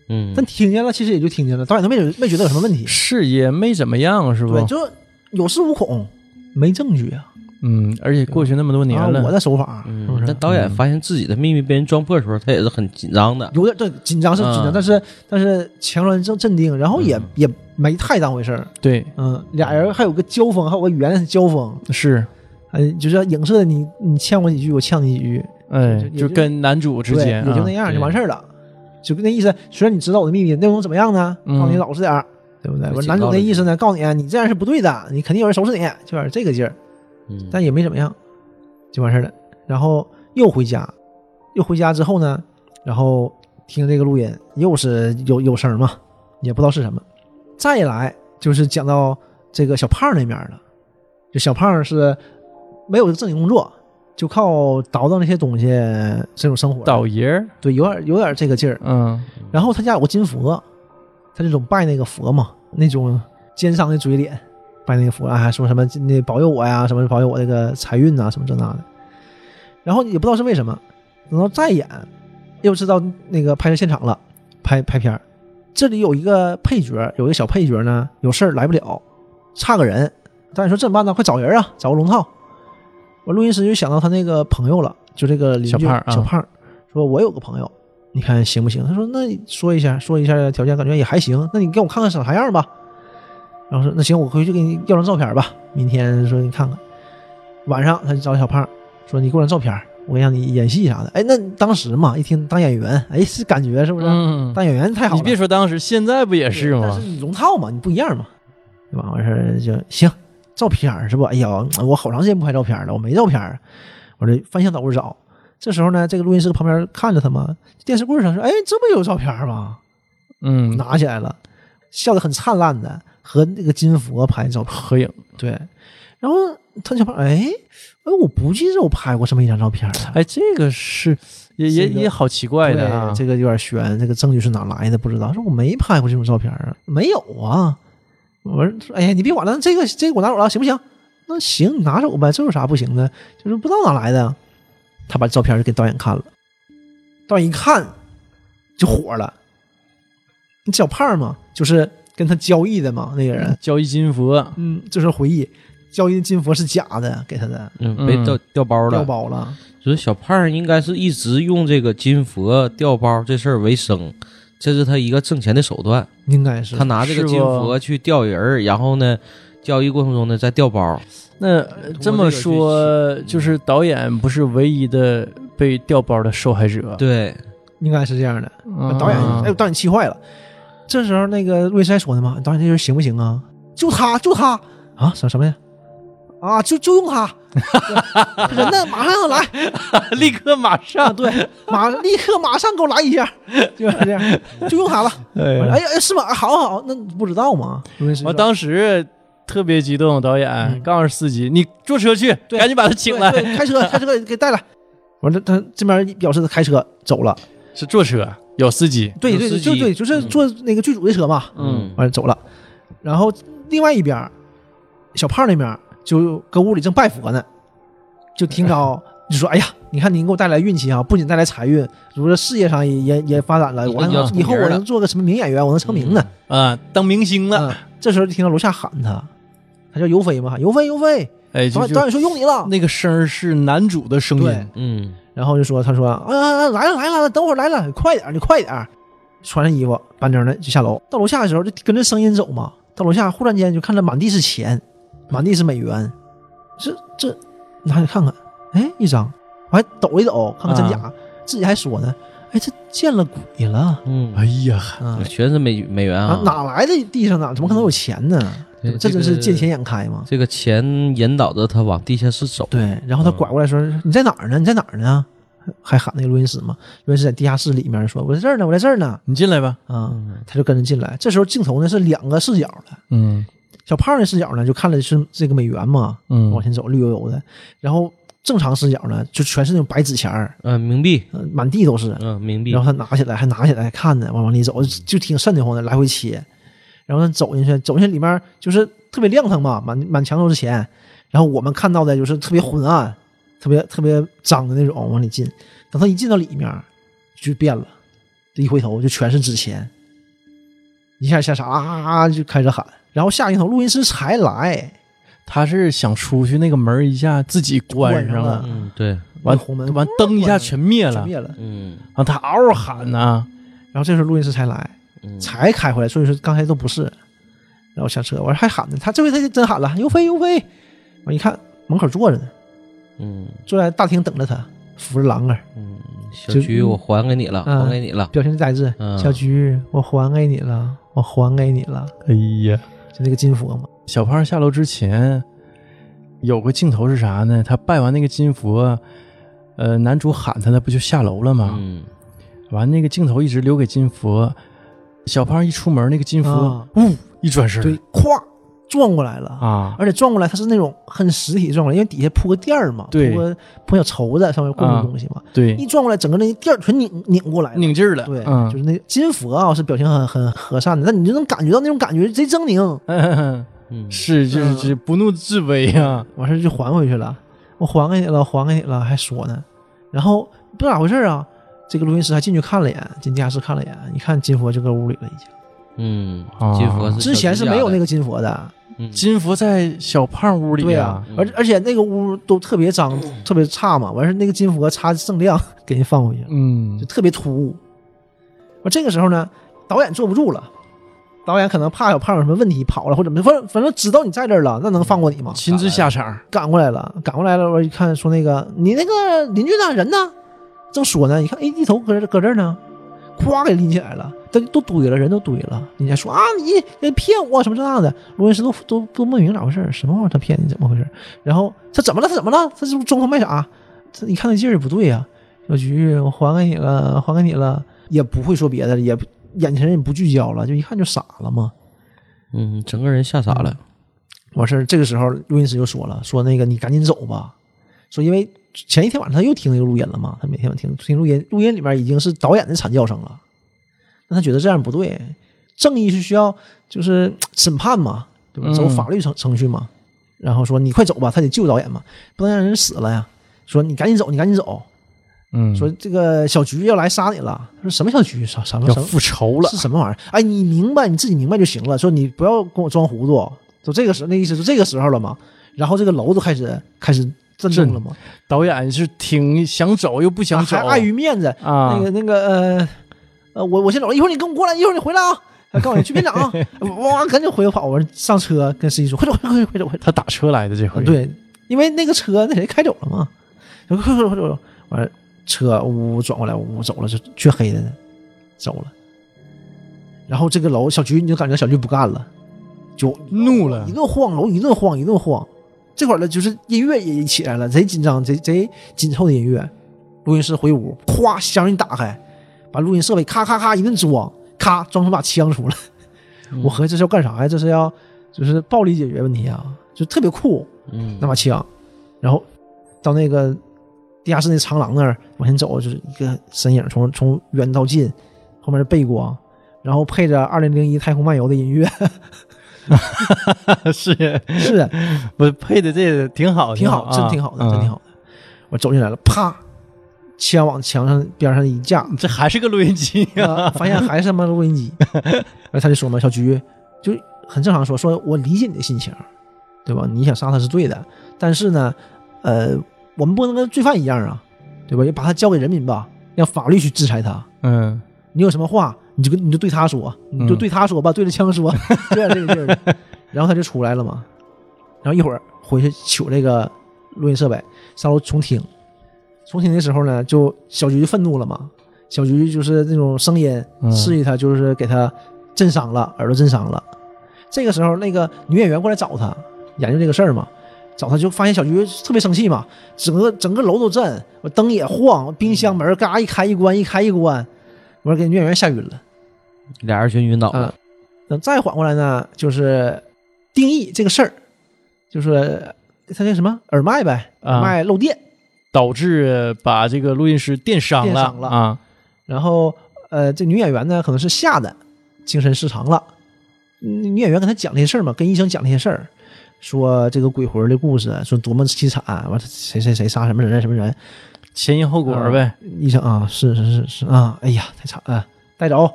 S2: 嗯，
S3: 但听见了，其实也就听见了，导演都没觉没觉得有什么问题，
S1: 是也没怎么样，是
S3: 对，
S1: 不？
S3: 就有恃无恐，没证据啊。
S1: 嗯，而且过去那么多年
S3: 啊，我
S1: 了，
S3: 的手法是
S2: 嗯
S3: 不
S2: 但
S3: 是？
S2: 导演发现自己的秘密被人撞破的时候，他也是很紧张的。
S3: 有点对紧张是紧张，
S2: 嗯
S3: 但是但是强装镇镇定，然后也
S2: 嗯
S3: 也没太当回事儿。
S1: 对，
S3: 嗯，俩人还有个交锋，还有个语言上的交锋，
S1: 是，
S3: 哎，就是影射你你欠我几句，我欠你几句，
S1: 哎
S3: 就，也
S1: 就
S3: 就
S1: 跟男主之
S3: 对，
S1: 间
S3: 也就
S1: 啊
S3: 那样
S2: 对
S3: 就完事儿了，就跟那意思。虽然你知道我的秘密，那又能怎么样呢？
S1: 嗯
S3: 告你老实点儿，对不对？
S2: 就
S3: 我
S2: 警
S3: 男主
S2: 告
S3: 那
S2: 了
S3: 意思呢，告你啊你这样是不对的，你肯定有人收拾你，就有点这个劲儿，
S2: 嗯，
S3: 但也没怎么样，就完事儿了。然后又回家，又回家之后呢，然后听这个录音，又是有有声儿嘛，也不知道是什么。再来就是讲到这个小胖那面了，就小胖是没有正经工作，就靠倒腾那些东西这种生活。
S1: 倒爷儿，
S3: 对，有点有点这个劲儿。
S1: 嗯
S3: 然后他家有个金佛，他就总拜那个佛嘛，那种奸商的嘴脸，拜那个佛啊，说什么那保佑我呀，什么保佑我这个财运呐、什么这那的。然后也不知道是为什么，等到再演，又知道那个拍摄现场了，拍拍片儿。这里有一个配角，有一个小配角呢，有事儿来不了，差个人。导演说这怎么办呢？快找人啊，找个龙套。我录音师就想到他那个朋友了，就这个邻居
S1: 小胖儿啊
S3: 小胖儿说我有个朋友，你看行不行？他说那你说一下，说一下条件，感觉也还行。那你给我看看长啥样吧。然后说那行，我回去给你要张照片吧，明天说你看看。晚上他就找小胖儿说你给我张照片儿，我让你演戏啥的。哎，那当时嘛，一听当演员，哎是感觉是不是？
S1: 嗯，
S3: 当演员太好了，
S1: 你别说当时，现在不也是
S3: 但
S1: 吗
S3: 是？你龙套嘛，你不一样嘛，对吧？完事儿就行，照片儿是吧？哎呀，我好长时间不拍照片儿了，我没照片儿，我这翻箱倒柜儿找。这时候呢，这个录音师旁边看着他嘛，电视柜儿上说：“哎，这不有照片儿吗？”
S1: 嗯，
S3: 拿起来了，笑得很灿烂的，和那个金佛拍照片儿。
S1: 合影，
S3: 对，然后他就发现，哎，哎，我不记得我拍过这么一张照片儿了。
S1: 哎，这个是也也
S3: 这个
S1: 也好奇怪的啊
S3: 对，这个有点悬，这个证据是哪来的不知道。说我没拍过这种照片啊，没有啊。我说，哎呀，你别管了，这个这个我拿走了，行不行？那行，你拿走呗，这有啥不行的？就是不知道哪来的。他把照片给导演看了，导演一看就火了。你小胖嘛，就是跟他交易的嘛，那个人，
S1: 交易金佛，
S3: 嗯，就是回忆，交易的金佛是假的，给他的
S2: 嗯被掉掉包
S3: 掉
S2: 了。
S3: 包了。
S2: 所以小胖儿应该是一直用这个金佛掉包这事儿为生，这是他一个挣钱的手段。
S3: 应该是
S2: 他拿这个金佛去钓人儿，然后呢，交易过程中呢再掉包。
S1: 那呃这么
S3: 嗯
S1: 说，就是导演不是唯一的被调包的受害者，
S2: 对，
S3: 应该是这样的。
S1: 嗯
S3: 导演，哎，导演气坏了。这时候那个瑞斯还说呢嘛，导演这人行不行啊？就他，就他啊，什什么呀？啊，就就用他， *laughs* 人呢？马上要来，哎
S1: 立刻马上，
S3: 对，马立刻马上给我来一下，就是这样，就用他了。
S1: 哎
S3: 我说
S1: 呀
S3: 哎呀，哎是吗？啊好好好，那你不知道吗？瑞斯
S1: 我
S3: 说
S1: 当时特别激动，导演
S3: 嗯
S1: 刚二十四集，你坐车去，
S3: 对
S1: 赶紧把他请
S3: 对
S1: 来。
S3: 对开车，开车给给带来。完了，他这边表示他开车走了，
S1: 是坐车，有司机。
S3: 对
S2: 有
S3: 对
S2: 司
S3: 就
S2: 机
S3: 对，就是
S2: 嗯
S3: 坐那个剧组的车嘛，
S1: 嗯
S3: 完了走了。然后另外一边儿，小胖那边儿就搁屋里正拜佛呢，就听着就说：“哎呀，你看您给我带来运气啊，不仅带来财运，如说事业上也也也发展了，
S2: 以后
S3: 我还
S2: 你要
S3: 能
S2: 成
S3: 以后
S2: 名
S3: 我
S2: 了
S3: 能做个什么名演员，我能成名呢。
S1: 啊，当明星了，
S3: 嗯这时候就听到楼下喊他，他叫尤飞嘛，喊尤飞尤飞，
S1: 哎，
S3: 导
S1: 就
S3: 演导
S1: 就
S3: 演说用你了。
S1: 那个声儿是男主的声
S3: 对
S1: 音，
S2: 嗯，
S3: 然后就说：“他说啊啊啊，来了来了，等会儿来了，快点儿，你快点儿。”穿上衣服，板正的就下楼。到楼下的时候，就跟着声音走嘛。到楼下，忽然间就看着满地是钱，满地是美元。这这，拿起看看，哎，一张，我还抖一抖，看看真假。自己还说呢，哎，这见了鬼了
S2: 嗯
S1: 哎呀，
S3: 啊！
S2: 全是美美元
S3: 啊，哪来的地上哪怎么可能有钱呢？
S2: 对
S3: 这真
S2: 个
S3: 是见钱眼开嘛。
S2: 这个钱引导着他往地下室走。
S3: 对，然后他拐过来说：“你在哪儿呢？你在哪儿呢？”还喊那个录音师嘛，录音师在地下室里面说：“我在这儿呢，我在这儿呢。
S1: 你进来吧。”
S3: 啊，他就跟着进来。这时候镜头呢是两个视角的，
S1: 嗯
S3: 小胖的视角呢就看的是这个美元嘛，
S1: 嗯
S3: 往前走绿油油的，然后正常视角呢就全是那种白纸钱儿，
S2: 嗯，冥币，
S3: 呃满地都是。
S2: 嗯，冥币
S3: 然，后他拿起来还拿起来看呢，往往里走就就挺瘆得慌的，来回切。然后他走进去，走进去里面就是特别亮堂嘛，满满墙都是钱。然后我们看到的就是特别昏暗、特别特别脏的那种，往里进。等他一进到里面，就变了，这一回头就全是纸钱，一下下啥啊啊啊就开始喊。然后下一头录音师才来，
S1: 他是想出去，那个门儿一下自己关上
S3: 关上
S1: 了
S3: 了，
S2: 嗯，对，
S1: 完
S3: 红门
S1: 完灯一下全灭了
S3: 全，灭了。
S2: 嗯，
S1: 完他嗷嗷喊呐，
S3: 然后这时候录音师才来，
S2: 嗯
S3: 才开回来，所以说刚才都不是。然后下车，我说还喊呢，他这回他就真喊了，尤飞尤飞！我一看门口坐着呢，
S2: 嗯
S3: 坐在大厅等着他，扶着栏杆，
S2: 嗯，小
S3: 就
S2: 菊，我还给你了，
S3: 嗯
S2: 还给你了。
S3: 表情呆滞。
S2: 嗯
S3: 小菊，我还给你了，我还给你了，
S1: 哎呀，
S3: 就那个金佛嘛。
S1: 小胖下楼之前有个镜头是啥呢？他拜完那个金佛，呃，男主喊他，那不就下楼了吗？
S2: 嗯，
S1: 完那个镜头一直留给金佛，小胖一出门，那个金佛
S3: 啊
S1: 呜、一转身儿，
S3: 对，咵转过来了啊！
S1: 啊，
S3: 而且转过来，他是那种很实体转过来，因为底下铺个垫儿嘛，
S1: 对
S3: 铺个铺小绸子，上面供着东西嘛。
S1: 对
S3: 一，转过来，整个那垫儿全拧拧过来了，
S1: 拧劲儿了，
S3: 对，
S1: 嗯 *laughs*
S3: 就是那个金佛啊，是表情很很和善的，但你就能感觉到那种感觉贼狰狞。
S1: 嗯，
S2: 嗯
S1: 是就是
S3: 嗯
S1: 这不怒自威啊，
S3: 完事儿就还回去了，我还给你了，还给你了，还说呢。然后不知道咋回事儿啊，这个录音师还进去看了一眼，进地下室看了一眼，一看金佛就搁屋里了，已经。
S2: 嗯
S1: 啊，
S2: 金佛是
S3: 之前是没有那个金佛的，
S2: 个
S1: 金佛在小胖屋里
S3: 对
S1: 呀
S3: 啊，而而且那个屋都特别脏，特别差嘛。完事儿那个金佛擦锃亮 *laughs* 给人放回去了，
S1: 嗯
S3: 就特别突兀。我这个时候呢，导演坐不住了。导演可能怕小胖有什么问题跑了，或者反正反正知道你在这儿了，那能放过你吗？
S1: 亲自下场，
S3: 赶过来了，赶过来了，我一看说那个你那个邻居呢？人呢？正说呢，一看哎，一头搁这搁这儿呢，咵给拎起来了，都都堆了，人都堆了。人家说啊，你你骗我什么这那的，罗云石都都都没明白咋回事儿，什么玩意儿他骗你怎么回事儿？然后他怎么了？他怎么了？他是不是装疯卖傻？他一看那劲儿也不对呀、小菊，我还给你了，还给你了，也不会说别的了，也不眼神也不聚焦了，就一看就傻了嘛。
S2: 嗯，整个人吓傻了。
S3: 完事儿，这个时候录音师就说了，说那个你赶紧走吧，说因为前一天晚上他又听那个录音了嘛，他每天晚上听听录音，录音里面已经是导演的惨叫声了，那他觉得这样不对，正义是需要就是审判嘛，对吧？
S1: 嗯
S3: 走法律程程序嘛，然后说你快走吧，他得救导演嘛，不能让人死了呀。说你赶紧走，你赶紧走。
S1: 嗯，
S3: 说这个小菊要来杀你了。他说什么小菊？啥啥什么
S1: 要
S3: 什么
S1: 复仇了
S3: 是，什么玩意儿？哎，你明白你自己明白就行了。说你不要跟我装糊涂，就这个时候，那意思就这个时候了嘛。然后这个楼都开始开始震动了嘛，
S1: 导演是挺想走又不想走，
S3: 还碍于面子，
S1: 啊，
S3: 那个那个呃呃，我我先走了，一会儿你跟我过来，一会儿你回来啊。还告诉你去片场啊， *laughs* 哇，赶紧回头跑！我上车跟司机说，快走，快走，快走，快走，快走！
S1: 他打车来的这回，
S3: 对，因为那个车那谁开走了嘛，快走，快走，快走！完了，车呜呜转过来，呜呜走了，就黢黑的走了。然后这个楼小菊，你就感觉小菊不干了，就
S1: 怒了
S3: 一顿晃楼，一顿晃，一顿晃。这会儿呢，就是音乐也起来了，贼紧张，贼贼紧凑的音乐。录音室回屋，咵箱一打开，把录音设备咔咔咔一顿装，咔装出把枪出来。我合计这是要干啥呀？这是要就是暴力解决问题啊，就特别酷。
S2: 嗯，
S3: 那把枪，然后到那个地下室那长廊那儿往前走，就是一个身影从从远到近，后面的背光，然后配着二零零一太空漫游的音乐，
S1: *laughs* 是
S3: *laughs* 是
S1: 我配的这个挺好，
S3: 挺好，真挺好的，真挺。
S1: 啊
S3: 好的。我走进来了，啪，枪往墙上边上一架，
S1: 嗯这还是个录音机
S3: 啊，发现还是他妈录音机。 *laughs* 然后他就说嘛，小菊就很正常说，说我理解你的心情，对吧？你想杀他是对的，但是呢，呃，我们不能跟罪犯一样啊，对吧？也把他交给人民吧，让法律去制裁他。
S1: 嗯，
S3: 你有什么话，你就跟你就对他说，你就对他说吧，对着枪说，对着这个劲儿的。然后他就出来了嘛，然后一会儿回去取这个录音设备，上楼重听。重听的时候呢，就小菊就愤怒了嘛，小菊就是那种声音
S1: 嗯
S3: 示意他，就是给他震伤了，耳朵震伤了。这个时候，那个女演员过来找他，研究这个事儿嘛，找他就发现小菊特别生气嘛，整个整个楼都震，我灯也晃，冰箱门嘎一开一关，一开一关，我说给女演员吓晕了。
S2: 俩人全晕倒
S3: 啊
S2: 了，
S3: 等再缓过来呢，就是定义这个事儿，就是他那什么耳麦呗，
S1: 啊
S3: 耳麦漏电，
S1: 导致把这个录音师电伤
S3: 电
S1: 了
S3: 伤了
S1: 啊，
S3: 然后呃，这女演员呢可能是吓得精神失常了。嗯女演员跟他讲这些事儿嘛，跟医生讲这些事儿，说这个鬼魂的故事，啊说多么凄惨，啊完谁谁谁杀什么人什么人，
S1: 前因后果呗。
S3: 医生啊，是是是是啊，哎呀，太惨了，
S1: *laughs*
S3: 带走，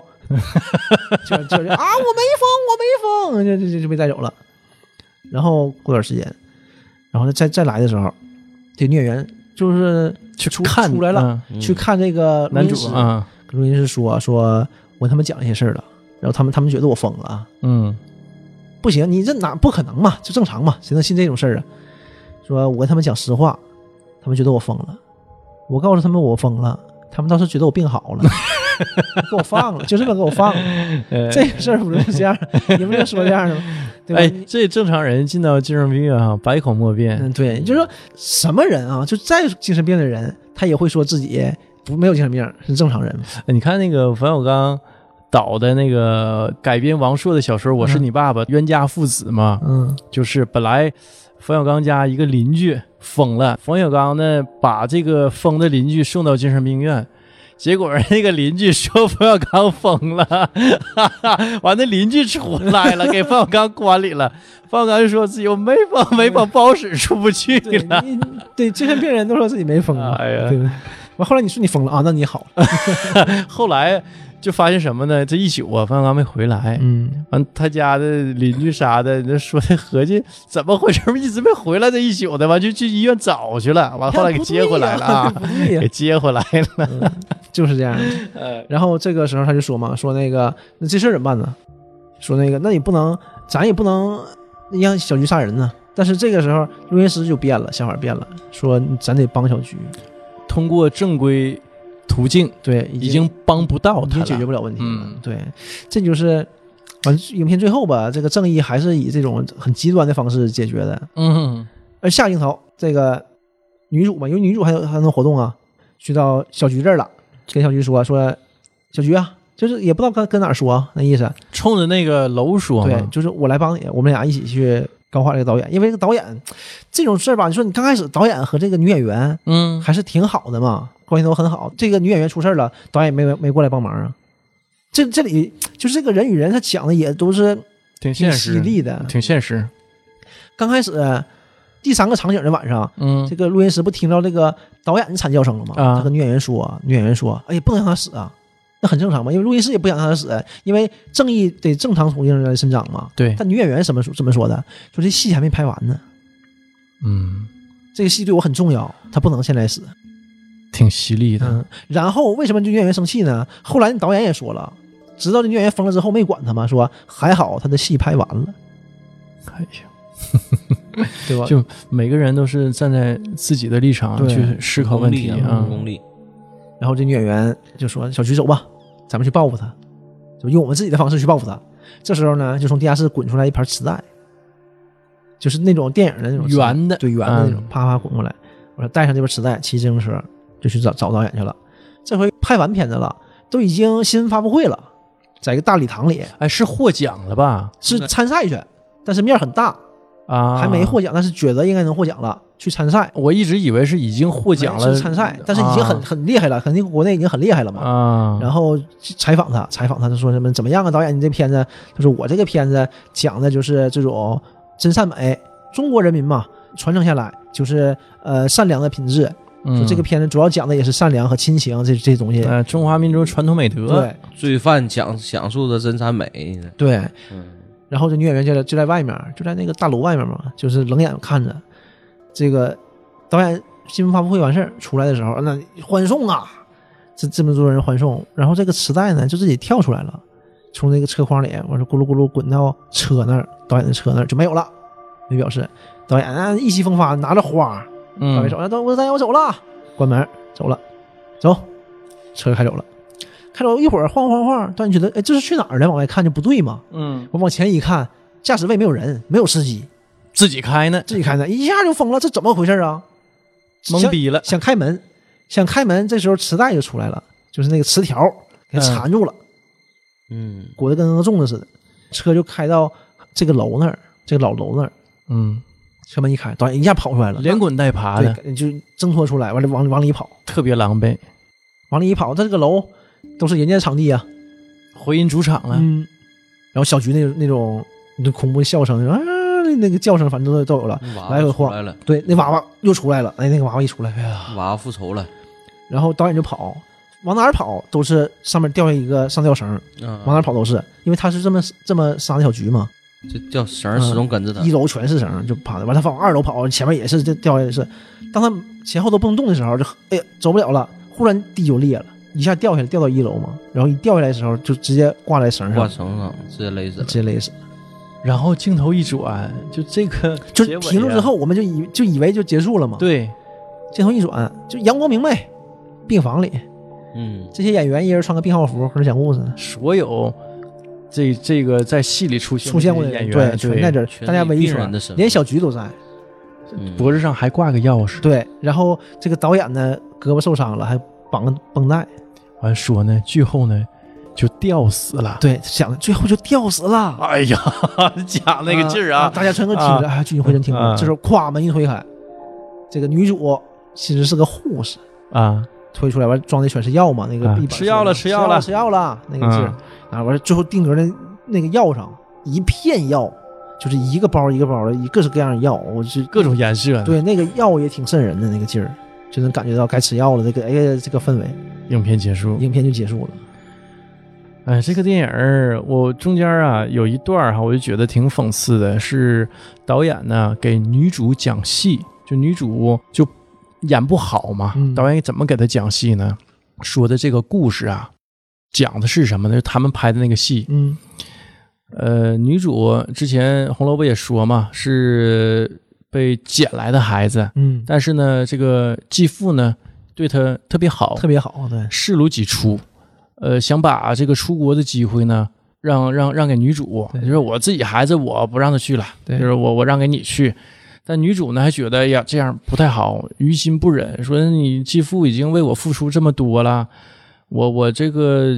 S3: 就就就啊，我没疯，我没疯，就就就就被带走了。然后过段时间，然后再再来的时候，这女演员就是去出
S1: 看
S3: 出来了，，
S1: 嗯
S3: 去看这个录
S1: 男
S3: 音
S1: 主
S3: 室
S1: 啊，
S3: 跟录音师说说，我他妈讲这些事儿了，然后他们他们觉得我疯了啊，
S1: 嗯
S3: 不行，你这哪不可能嘛，就正常嘛，谁能信这种事儿啊？说我跟他们讲实话，他们觉得我疯了，我告诉他们我疯了，他们倒是觉得我病好了， *laughs* 给我放了，就这么给我放了。
S1: 呃
S3: 这个事儿不就是这样？你们就说这样的吗？对吧？
S1: 哎，这正常人进到精神病院啊，百口莫辩。
S3: 嗯，对，就是说什么人啊，就再精神病的人，他也会说自己不没有精神病，是正常人嘛。
S1: 你看那个冯小刚导的那个改编王朔的小说《我是你爸爸》，冤家父子嘛，
S3: 嗯
S1: 就是本来冯小刚家一个邻居疯了，冯小刚呢把这个疯的邻居送到精神病院。结果那个邻居说冯小刚疯了，哈哈，完那邻居出来了，给冯小刚关里了。冯小刚就说自己我没疯，没疯，不好使，出不去
S3: *laughs* 对
S1: 了。
S3: 你对精神病人都说自己没疯嘛，
S1: 啊哎呀
S3: 对吧？完后来你说你疯了啊，那你好了，
S1: 后来就发现什么呢？这一宿啊，冯小刚没回来，
S3: 嗯，
S1: 完他家的邻居啥的，那说的合计怎么回事儿，一直没回来这一宿的，完就去医院找去了，完后来给接回来了
S3: 不
S1: 啊，
S3: *laughs* 对
S1: *laughs*
S3: 呀
S1: 给接回来
S3: *laughs*
S1: 了。
S3: 嗯就是这样的。
S1: 呃，
S3: 然后这个时候他就说嘛，说那个那这事儿怎么办呢？说那个那也不能，咱也不能让小菊杀人呢。但是这个时候录音师就变了，想法变了，说咱得帮小菊，
S1: 通过正规途径
S3: 对，已
S1: 已经帮不到
S3: 已
S1: 他
S3: 经解决
S1: 了。
S3: 不了问题了。
S1: 嗯
S3: 对，这就是完影片最后吧，这个正义还是以这种很极端的方式解决的。
S1: 嗯，
S3: 而呃下镜头这个女主嘛，因为女主还有还能活动啊，去到小菊这儿了，跟小菊说说，小菊啊，就是也不知道跟跟哪儿说、啊、那意思。
S1: 冲着那个楼说
S3: 对，
S1: 嘛，
S3: 就是我来帮你，我们俩一起去高化这个导演，因为这个导演这种事儿吧，你说你刚开始导演和这个女演员
S1: 嗯，
S3: 还是挺好的嘛，关系都很好。这个女演员出事儿了，导演没没过来帮忙啊。这这里就是这个人与人，他讲的也都是
S1: 挺
S3: 挺
S1: 现
S3: 犀
S1: 实，
S3: 利的。
S1: 挺现实。
S3: 刚开始呃第三个场景的晚上，
S1: 嗯
S3: 这个录音师不听到这个导演的惨叫声了吗？
S1: 啊
S3: 他跟女演员说，女演员说：“哎呀，不能让他死啊！”那很正常嘛，因为录音师也不想让他死，因为正义得正常途径来伸张嘛。
S1: 对，
S3: 但女演员怎么说怎么说的？说这戏还没拍完呢，
S1: 嗯，
S3: 这个戏对我很重要，她不能现在死。
S1: 挺犀利的。
S3: 嗯，然后为什么这女演员生气呢？后来导演也说了，知道这女演员疯了之后没管她嘛，说还好她的戏拍完了，
S1: 哎 *laughs* 呀，
S3: 对吧？
S1: 就每个人都是站在自己的立场
S3: 对
S1: 去思考问题
S2: 功利啊
S1: 啊。
S2: 功利，
S3: 然后这女演员就说：“小菊走吧，咱们去报复他，就用我们自己的方式去报复他。”这时候呢，就从地下室滚出来一盘磁带，就是那种电影的那种磁带
S1: 圆的
S3: 对圆的那种
S1: 嗯，
S3: 啪啪滚过来。我说带上这边磁带，骑自行车就去找找导演去了。这回拍完片子了，都已经新闻发布会了，在一个大礼堂里
S1: 哎，是获奖了吧？
S3: 是参赛去，但是面儿很大，
S1: 啊，
S3: 还没获奖，但是觉得应该能获奖了，去参赛。
S1: 我一直以为是已经获奖了，
S3: 是参赛，但是已经很、
S1: 啊
S3: 很厉害了，肯定国内已经很厉害了嘛。
S1: 啊，
S3: 然后采访他，采访他，就说什么怎么样啊？导演，你这片子，就是我这个片子讲的就是这种真善美，中国人民嘛，传承下来就是呃善良的品质。说
S1: 嗯
S3: 这个片子主要讲的也是善良和亲情这这些东西。
S1: 呃中华民族传统美德，
S3: 对
S2: 罪犯讲讲述的真善美，
S3: 对，
S2: 嗯，
S3: 然后这女演员就在就在外面，就在那个大楼外面嘛，就是冷眼看着这个导演新闻发布会完事儿出来的时候，那欢送啊，这这么多人欢送，然后这个磁带呢就自己跳出来了，从那个车筐里，我说咕噜咕噜滚到车那儿，导演的车那儿就没有了，没表示，导演啊意气风发，拿着花，
S1: 嗯
S3: 导演说，啊，等我导演我走了，关门走了，走，车就开走了，开走一会儿晃晃晃，导演觉得哎这是去哪儿呢？往外看就不对嘛。
S1: 嗯，
S3: 我往前一看，驾驶位没有人，没有司机，
S1: 自己开呢，
S3: 自己
S1: *laughs*
S3: 开的，一下就疯了，这怎么回事啊？
S1: 懵逼了
S3: 想，想开门，想开门，这时候磁带就出来了，就是那个磁条给缠住了，
S2: 嗯，
S3: 裹得跟个粽子似的。车就开到这个楼那儿，这个老楼那儿，
S1: 嗯，
S3: 车门一开，导演一下跑出来了，
S1: 连滚带爬的，
S3: 对，就挣脱出来，完了往往里跑，
S1: 特别狼狈，
S3: 往里一跑，他这个楼都是人家的场地啊，
S1: 回音主场了，
S3: 嗯，然后小菊那那种那恐怖的笑声啊，那个叫声反正都都有了。
S2: 娃
S3: 来
S2: 娃
S3: 回
S2: 出
S3: 晃
S2: 来了，
S3: 对，那娃娃又出来了，哎，那个娃娃一出来，哎呀，
S2: 娃娃复仇了，
S3: 然后导演就跑，往哪儿跑都是上面掉下一个上吊绳，
S2: 嗯，
S3: 往哪儿跑都是，因为他是这么这么杀的小菊嘛，
S2: 这叫绳儿始终跟着他
S3: 嗯一，楼全是绳，就趴着，完了他往二楼跑，前面也是这掉下来也是，当他前后都不能动的时候，就哎呀走不了了，忽然地就裂了，一下掉下来掉到一楼嘛，然后一掉下来的时候就直接挂在绳
S2: 挂
S3: 上，
S2: 绳啊上直接勒死了
S3: 直。接勒死，
S1: 然后镜头一转，就这个
S3: 就
S1: 结尾啊
S3: 停住之，后，我们就以就以为就结束了嘛，，
S1: 对，
S3: 镜头一转，就阳光明媚，病房里
S2: 嗯，
S3: 这些演员一人穿个病号服，搁这讲故事。
S1: 所有这这个在戏里出现
S3: 出现
S1: 的
S3: 过
S1: 这
S3: 的
S1: 些演
S3: 人，
S1: 员，
S3: 对，全在这儿，
S2: 全
S3: 大家
S2: 以
S3: 围一
S2: 病人
S3: 圈
S2: 的身，份
S3: 连小菊都在。
S2: 嗯
S1: 脖子上还挂个钥匙，
S3: 对，然后这个导演呢，胳膊受伤了，还绑个绷带。
S1: 完说呢，剧后呢就吊死了，
S3: 对，想的最后就吊死了。
S1: 哎呀， *laughs* 讲那个劲儿啊，
S3: 大家全都听着，哎，聚精会神听
S1: 啊
S3: 着。这时候，咵，门一推开，这个女主其实是个护士，
S1: 啊，
S3: 推出来完装的全是药嘛，那个
S1: 啊
S3: 一板
S1: 吃药了
S3: 吃
S1: 吃药了
S3: 吃药了，那个劲儿
S1: 嗯
S3: 啊，完了最后定格的那个药上一片药，就是一个包一个包的，一各式各样的药，我是
S1: 各种颜色，，
S3: 对，那个药也挺瘆人的那个劲儿，就能感觉到该吃药了。这个哎呀，这个氛围，
S1: 影片结束，
S3: 影片就结束了。
S1: 哎，这个电影儿，我中间啊有一段儿哈、我就觉得挺讽刺的，是导演呢给女主讲戏，就女主就演不好嘛，
S3: 嗯
S1: 导演怎么给她讲戏呢？说的这个故事啊，讲的是什么呢？就是他们拍的那个戏，
S3: 嗯
S1: 呃，女主之前红萝卜也说嘛，是被捡来的孩子，
S3: 嗯，
S1: 但是呢，这个继父呢对她特别好，
S3: 特别好，对，
S1: 视如己出，呃，想把这个出国的机会呢，让让让给女主，
S3: 对
S1: 就是我自己孩子我不让他去了，
S3: 对
S1: 就是我我让给你去。但女主呢还觉得哎呀这样不太好，于心不忍，说你继父已经为我付出这么多了，我我这个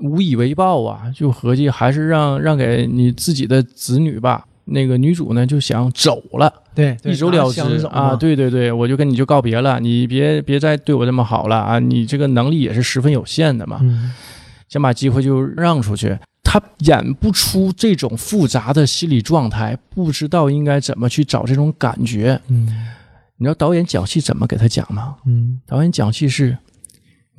S1: 无以为报啊，就合计还是让让给你自己的子女吧。那个女主呢就想走了，
S3: 对，
S1: 一走了之啊，，
S3: 嗯
S1: 对对对，我就跟你就告别了，你别别再对我这么好了啊，你这个能力也是十分有限的嘛，
S3: 嗯，
S1: 想把机会就让出去。他演不出这种复杂的心理状态，不知道应该怎么去找这种感觉。
S3: 嗯
S1: 你知道导演讲戏怎么给他讲吗？
S3: 嗯，
S1: 导演讲戏是，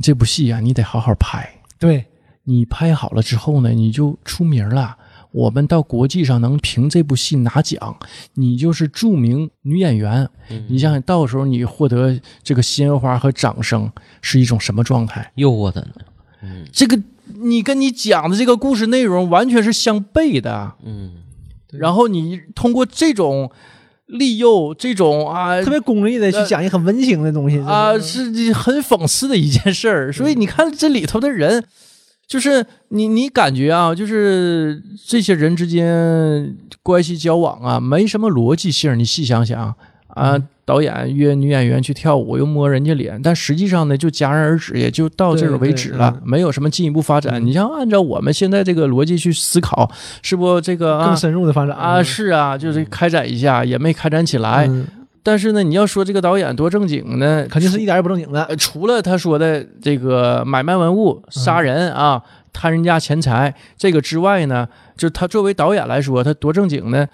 S1: 这部戏啊，你得好好拍。
S3: 对，
S1: 你拍好了之后呢，你就出名了。我们到国际上能凭这部戏拿奖，你就是著名女演员。
S3: 嗯
S1: 你想想，到时候你获得这个鲜花和掌声是一种什么状态？
S2: 诱惑他呢，嗯
S1: 这个你跟你讲的这个故事内容完全是相悖的。
S2: 嗯，
S1: 然后你通过这种利诱这种啊，
S3: 特别功利的去讲一个很温情的东西
S1: 啊，
S3: 就是
S1: 你很讽刺的一件事
S3: 嗯
S1: 儿。所以你看这里头的人，就是你你感觉啊，就是这些人之间关系交往啊，没什么逻辑性。你细想想啊
S3: 嗯，
S1: 导演约女演员去跳舞，又摸人家脸，但实际上呢，就戛然而止，也就到这儿为止了
S3: 对，
S1: 没有什么进一步发展。
S3: 嗯
S1: 你像按照我们现在这个逻辑去思考，是不这个
S3: 更
S1: 啊？
S3: 深入的发展
S1: 啊，是哎啊，就是开展一下，也没开展起来。
S3: 嗯
S1: 但是呢，你要说这个导演多正经呢，
S3: 肯定是一点也不正经的
S1: 呃，除了他说的这个买卖文物、
S3: 嗯
S1: 杀人啊、贪人家钱财这个之外呢，就他作为导演来说，他多正经呢，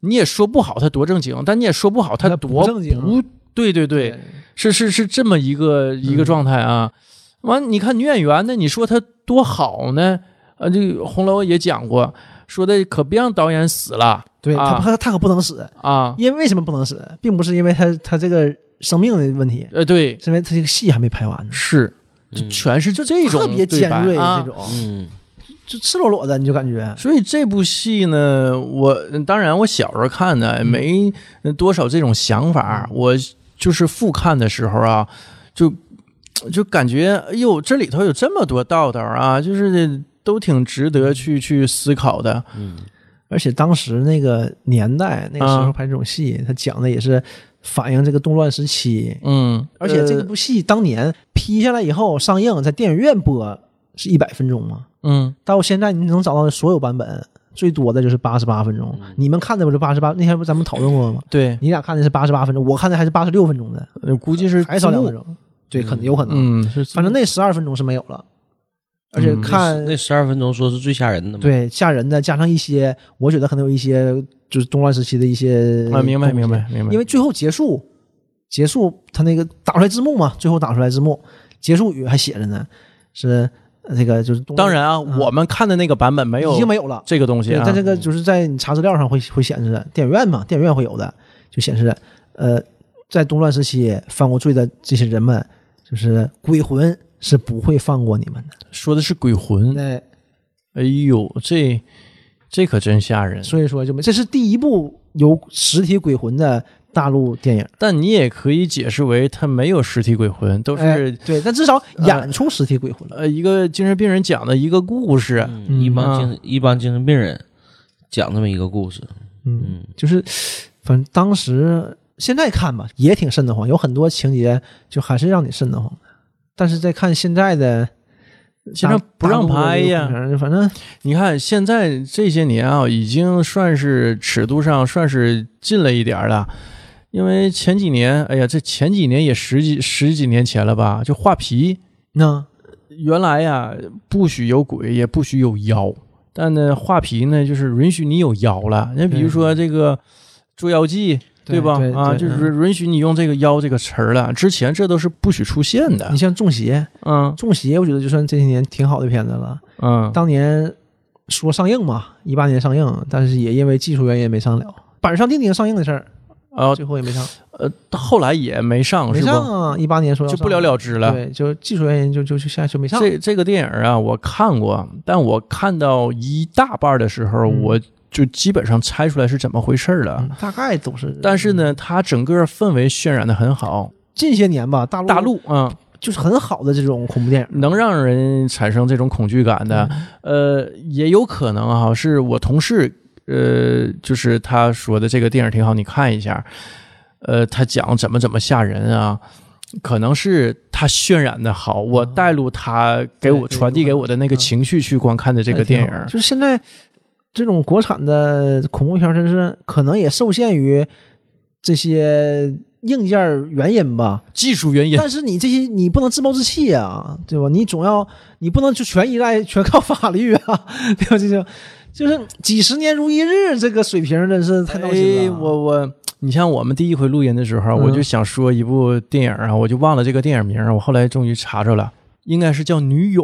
S1: 你也说不好他多正经，但你也说不好他
S3: 那不
S1: 多
S3: 正经啊
S1: 不对对对，，是是是这么一个一个
S3: 嗯
S1: 状态啊。完，你看女演员呢，你说她多好呢？呃，这个红楼也讲过，说的可别让导演死了
S3: 对
S1: 啊
S3: 他他他可不能死，
S1: 啊。
S3: 因为什么不能死，并不是因为他他这个生命的问题，
S1: 呃，对，
S3: 是因为他这个戏还没拍完呢，
S1: 是，就全是就这种
S3: 特别
S1: 对
S3: 尖
S1: 白
S3: 锐
S1: 啊
S3: 这种，
S2: 嗯
S3: 就赤裸裸的你就感觉
S1: 所以这部戏呢，我当然我小时候看呢，
S3: 嗯
S1: 没多少这种想法。我就是复看的时候啊，就就感觉哎呦，这里头有这么多道道啊，就是都挺值得
S3: 嗯
S1: 去去思考的。
S2: 嗯
S3: 而且当时那个年代，那个
S1: 啊
S3: 时候拍这种戏，他讲的也是反映这个动乱时期。
S1: 嗯，
S3: 而且这
S1: 呃
S3: 部戏当年批下来以后上映，在电影院播是一百分钟嘛，
S1: 嗯
S3: 到现在你能找到的所有版本，最多的就是八十八分钟。
S1: 嗯
S3: 你们看的不是八十八？那天不咱们讨论过吗？
S1: 对，
S3: 你俩看的是八十八分钟，我看的还是八十六分钟的，
S1: 呃估计是
S3: 还少
S1: 字
S3: 两
S1: 幕
S3: 分钟。对，可能有可能，
S1: 嗯，是字
S3: 反正
S1: 幕
S3: 那十二分钟是没有了。而且
S1: 嗯
S3: 看
S2: 那十二分钟说是最吓人的嘛，，
S3: 对吓人的，加上一些我觉得可能有一些就是动乱时期的一些
S1: 啊，明白
S3: 东西
S1: 明白明白，
S3: 因为最后结束，结束他那个打出来字幕嘛，最后打出来字幕，结束语还写着呢，是呃这个就是东
S1: 当然啊，
S3: 嗯
S1: 我们看的那个版本没有
S3: 已经没有了，
S1: 这个东西
S3: 对
S1: 啊，
S3: 但这个就是在你查资料上会会显示的，电影院嘛，电影院会有的，就显示呃，在动乱时期犯过罪的这些人们，就是鬼魂是不会放过你们的。
S1: 说的是鬼魂，
S3: 那
S1: 哎呦，这这可真吓人。
S3: 所以说就没，这是第一部有实体鬼魂的大陆电影，
S1: 但你也可以解释为他没有实体鬼魂，都
S3: 哎
S1: 是、
S3: 对，但至少
S1: 呃
S3: 演出实体鬼魂了。
S1: 呃一个精神病人讲的一个故事。
S3: 嗯
S2: 一帮
S1: 啊
S2: 精一帮精神病人讲这么一个故事，
S3: 嗯
S2: 嗯，
S3: 就是反正当时现在看吧，也挺瘆得慌，有很多情节就还是让你瘆得慌的。但是再看现在的，
S1: 现在
S3: 大
S1: 不让拍，呀
S3: 大陆的影片反正
S1: 你看现在这些年啊，已经算是尺度上算是近了一点儿了。因为前几年，哎呀，这前几年也十几十几年前了吧？就画皮，
S3: 那
S1: 原来呀不许有鬼，也不许有妖，但呢画皮呢就是允许你有妖了。你比如说这个《捉妖记》，对吧？
S3: 对
S1: 啊，
S3: 对嗯
S1: 就是允许你用这个“妖”这个词儿了。之前这都是不许出现的
S3: 你。像《中邪》，
S1: 嗯
S3: 《中邪》我觉得就算这些年挺好的片子了。
S1: 嗯，
S3: 当年说上映嘛，一八年上映，但是也因为技术原因没上了。板上钉钉上映的事儿，
S1: 呃
S3: 最后也没上，
S1: 呃，后来也没上，
S3: 没
S1: 哦是
S3: 上
S1: 吧？
S3: 啊！一八年说要
S1: 就不
S3: 上
S1: 了了之了。
S3: 对，就技术原因就就就下就没上。
S1: 这这个电影啊，我看过，但我看到一大半的时候，
S3: 嗯
S1: 我就基本上猜出来是怎么回事儿了。
S3: 嗯大概都是，
S1: 但是呢，它整个氛围渲染的很好，
S3: 近些年吧，大陆
S1: 大陆
S3: 嗯
S1: 啊、
S3: 就是很好的这种恐怖电影，
S1: 能让人产生这种恐惧感
S3: 嗯
S1: 的，呃，也有可能哈、是我同事，呃，就是他说的这个电影挺好，你看一下，呃，他讲怎么怎么吓人啊，可能是他渲染的好，我带入他给我
S3: 对嗯对
S1: 传递给我的那个
S3: 有可能
S1: 情绪去观看的这个电
S3: 还挺好
S1: 影，
S3: 就是现在这种国产的恐怖片，真是可能也受限于这些硬件原因吧。
S1: 技术原因，
S3: 但是你这些你不能自暴自弃啊，对吧？你总要你不能就全依赖全靠法律啊， *laughs* 对吧？这就就是几十年如一日，这个水平真是太闹心
S1: 哎，
S3: 了。啊
S1: 我我，你像我们第一回录音的时候，
S3: 嗯
S1: 我就想说一部电影啊，我就忘了这个电影名儿，我后来终于查着了，应该是叫《女友》。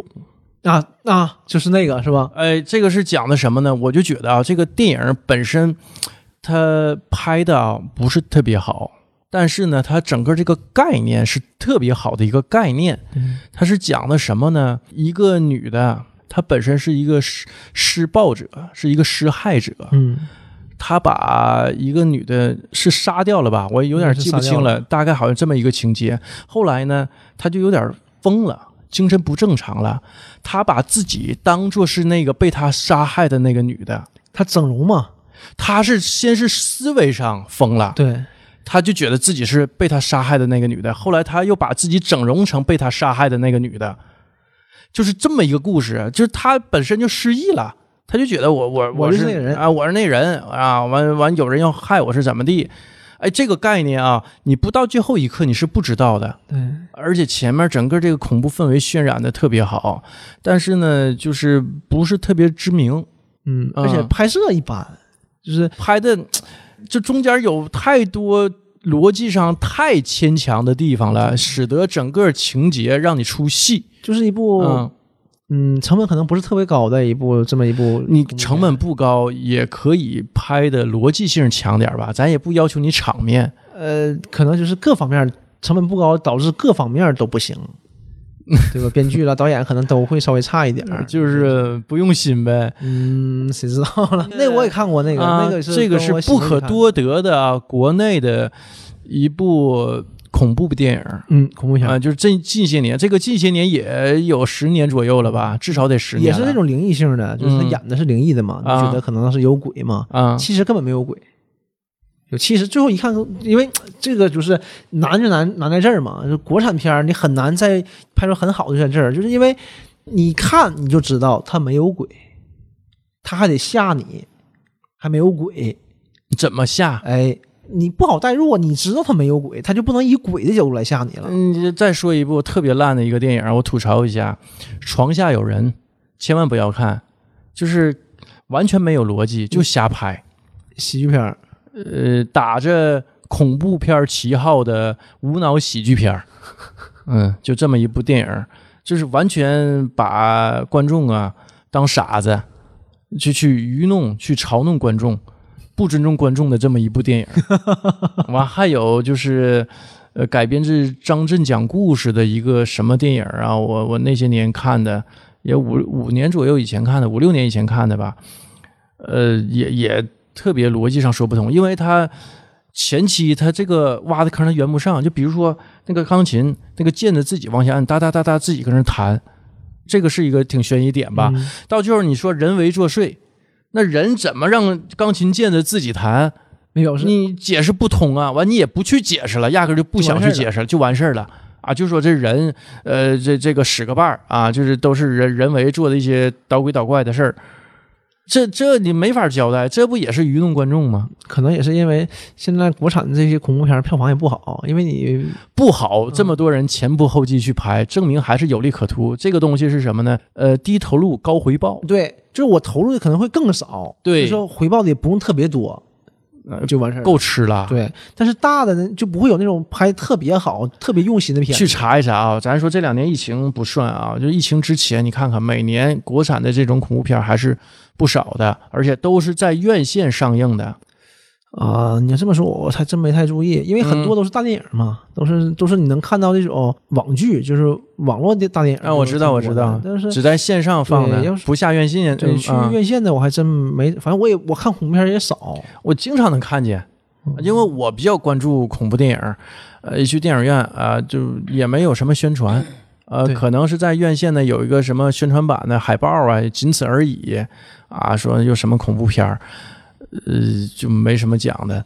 S3: 啊啊，就是那个是吧？
S1: 哎，这个是讲的什么呢？我就觉得啊，这个电影本身它拍的啊不是特别好，但是呢，它整个这个概念是特别好的一个概念。它是讲的什么呢？一个女的，她本身是一个施施暴者，是一个施害者，
S3: 嗯
S1: 他把一个女的是杀掉了吧？我有点记不清
S3: 嗯应该是杀掉
S1: 了，
S3: 了
S1: 大概好像这么一个情节。后来呢，他就有点疯了，精神不正常了，他把自己当做是那个被他杀害的那个女的，
S3: 他整容嘛，
S1: 他是先是思维上疯了，
S3: 对，
S1: 他就觉得自己是被他杀害的那个女的，后来他又把自己整容成被他杀害的那个女的，就是这么一个故事。啊就是他本身就失忆了，他就觉得我我
S3: 我
S1: 是
S3: 是那个人
S1: 啊，我是那人啊，完完有人要害我是怎么地？哎，这个概念啊，你不到最后一刻你是不知道的。
S3: 对，
S1: 而且前面整个这个恐怖氛围渲染的特别好，但是呢，就是不是特别知名，
S3: 嗯，
S1: 嗯
S3: 而且拍摄一般，就是
S1: 拍的就中间有太多逻辑上太牵强的地方
S3: 嗯
S1: 了，使得整个情节让你出戏。
S3: 就是一部
S1: 嗯，
S3: 嗯成本可能不是特别高的一部这么一部，
S1: 你成本不高，也可以拍的逻辑性强点吧，咱也不要求你场面。
S3: 呃，可能就是各方面成本不高，导致各方面都
S1: *laughs*
S3: 不行，对吧？编剧了、导演可能都会稍微差一点
S1: *laughs*
S3: 儿，
S1: 就是不用心呗，
S3: 嗯，谁知道了？那我也看过那个，
S1: 啊
S3: 那个是
S1: 这个
S3: 跟
S1: 是
S3: 我媳
S1: 不
S3: 妇儿
S1: 可
S3: 看的，
S1: 多得的啊国内的一部恐怖电影儿
S3: 嗯，恐怖片
S1: 啊、
S3: 儿、
S1: 就是这近些年，这个近些年也有十年左右了吧，至少得十年
S3: 也
S1: 了，
S3: 是那种灵异性的，就是他
S1: 嗯
S3: 演的是灵异的嘛，
S1: 啊
S3: 你觉得可能是有鬼嘛？
S1: 啊，
S3: 其实根本没有鬼。有其实最后一看，因为这个就是难就难难在这儿嘛，就是国产片儿你很难再拍出很好的就在这儿，就是因为你看你就知道它没有鬼，它还得吓你，还没有鬼，
S1: 怎么下？
S3: 哎，你不好代入啊，你知道它没有鬼，它就不能以鬼的角度来吓你了。
S1: 嗯，再说一部特别烂的一个电影，我吐槽一下，《床下有人》，千万不要看，就是完全没有逻辑，就瞎拍。
S3: 喜剧片儿
S1: 呃，打着恐怖片儿旗号的无脑喜剧片儿，嗯，就这么一部电影，就是完全把观众啊当傻子，就去愚弄、去嘲弄观众，不尊重观众的这么一部电影。完，还有就是。呃，改编自张震讲故事的一个什么电影啊？我我那些年看的，也五五年左右以前看的，五六年以前看的吧。呃，也也特别逻辑上说不通，因为他前期他这个挖的坑他圆不上，就比如说那个钢琴那个键子自己往下按，哒哒哒哒自己搁那弹，这个是一个挺悬疑点吧。
S3: 嗯
S1: 到最后你说人为作祟，那人怎么让钢琴键子自己弹？
S3: 没表示
S1: 你解释不通啊，完你也不去解释了，压根儿就不想去解释了，就完事儿了。啊，就说这人，呃，这这个使个绊儿啊，就是都是人人为做的一些捣鬼捣怪的事儿，这这你没法交代，这不也是愚弄观众吗？
S3: 可能也是因为现在国产这些恐怖片儿票房也不好，因为你
S1: 不好，这么多人前仆后继去拍，证明还是有利可图。这个东西是什么呢？呃，低投入高回报，
S3: 对，就是我投入的可能会更少，
S1: 对
S3: 就是说回报的也不用特别多，
S1: 呃
S3: 就完事儿了。
S1: 够吃了。
S3: 对，但是大的呢就不会有那种拍特别好、特别用心的片
S1: 去
S3: 子。
S1: 查一查啊，咱说这两年疫情不算啊，就疫情之前，你看看每年国产的这种恐怖片还是不少的，而且都是在院线上映的。
S3: 啊、你要这么说，我还真没太注意，因为
S1: 嗯
S3: 很多都是大电影嘛，都是都是你能看到这种网剧，就是网络的大电影。
S1: 啊，我知道，我知道
S3: 但，是
S1: 只在线上放
S3: 对
S1: 的
S3: 要，是
S1: 不下院线。
S3: 对
S1: 嗯
S3: 去
S1: 啊
S3: 院线的我还真没，反正我也我看恐怖片也少。
S1: 我经常能看见，
S3: 嗯
S1: 因为我比较关注恐怖电影，呃，一去电影院啊、就也没有什么宣传，呃，
S3: 对
S1: 可能是在院线呢有一个什么宣传版的海报啊，仅此而已啊，说有什么恐怖片儿，呃，就没什么讲的。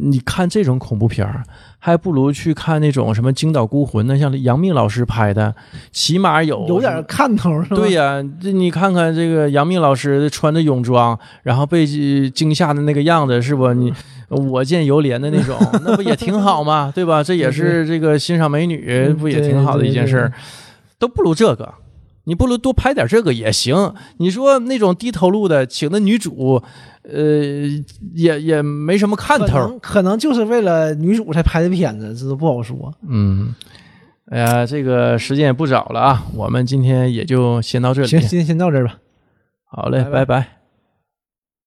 S1: 你看这种恐怖片儿，还不如去看那种什么《惊岛孤魂》呢，像杨幂老师拍的，起码有
S3: 有点看头是吧？
S1: 对呀、这你看看这个杨幂老师穿着泳装，然后被呃惊吓的那个样子，是不？
S3: *laughs*
S1: 你我见犹怜的那种，那不也挺好吗？对吧？这也是这个欣赏美女，
S3: 嗯
S1: 不也挺好的一件事儿？都不如这个，你不如多拍点这个也行。你说那种低投入的，请的女主，呃，也也没什么看
S3: 可
S1: 头。
S3: 能可能就是为了女主才拍的片子，这都不好说。
S1: 嗯，哎呀，这个时间也不早了啊，我们今天也就先到这里
S3: 行，。今天先到这儿吧。
S1: 好嘞，
S3: 拜拜
S1: 拜拜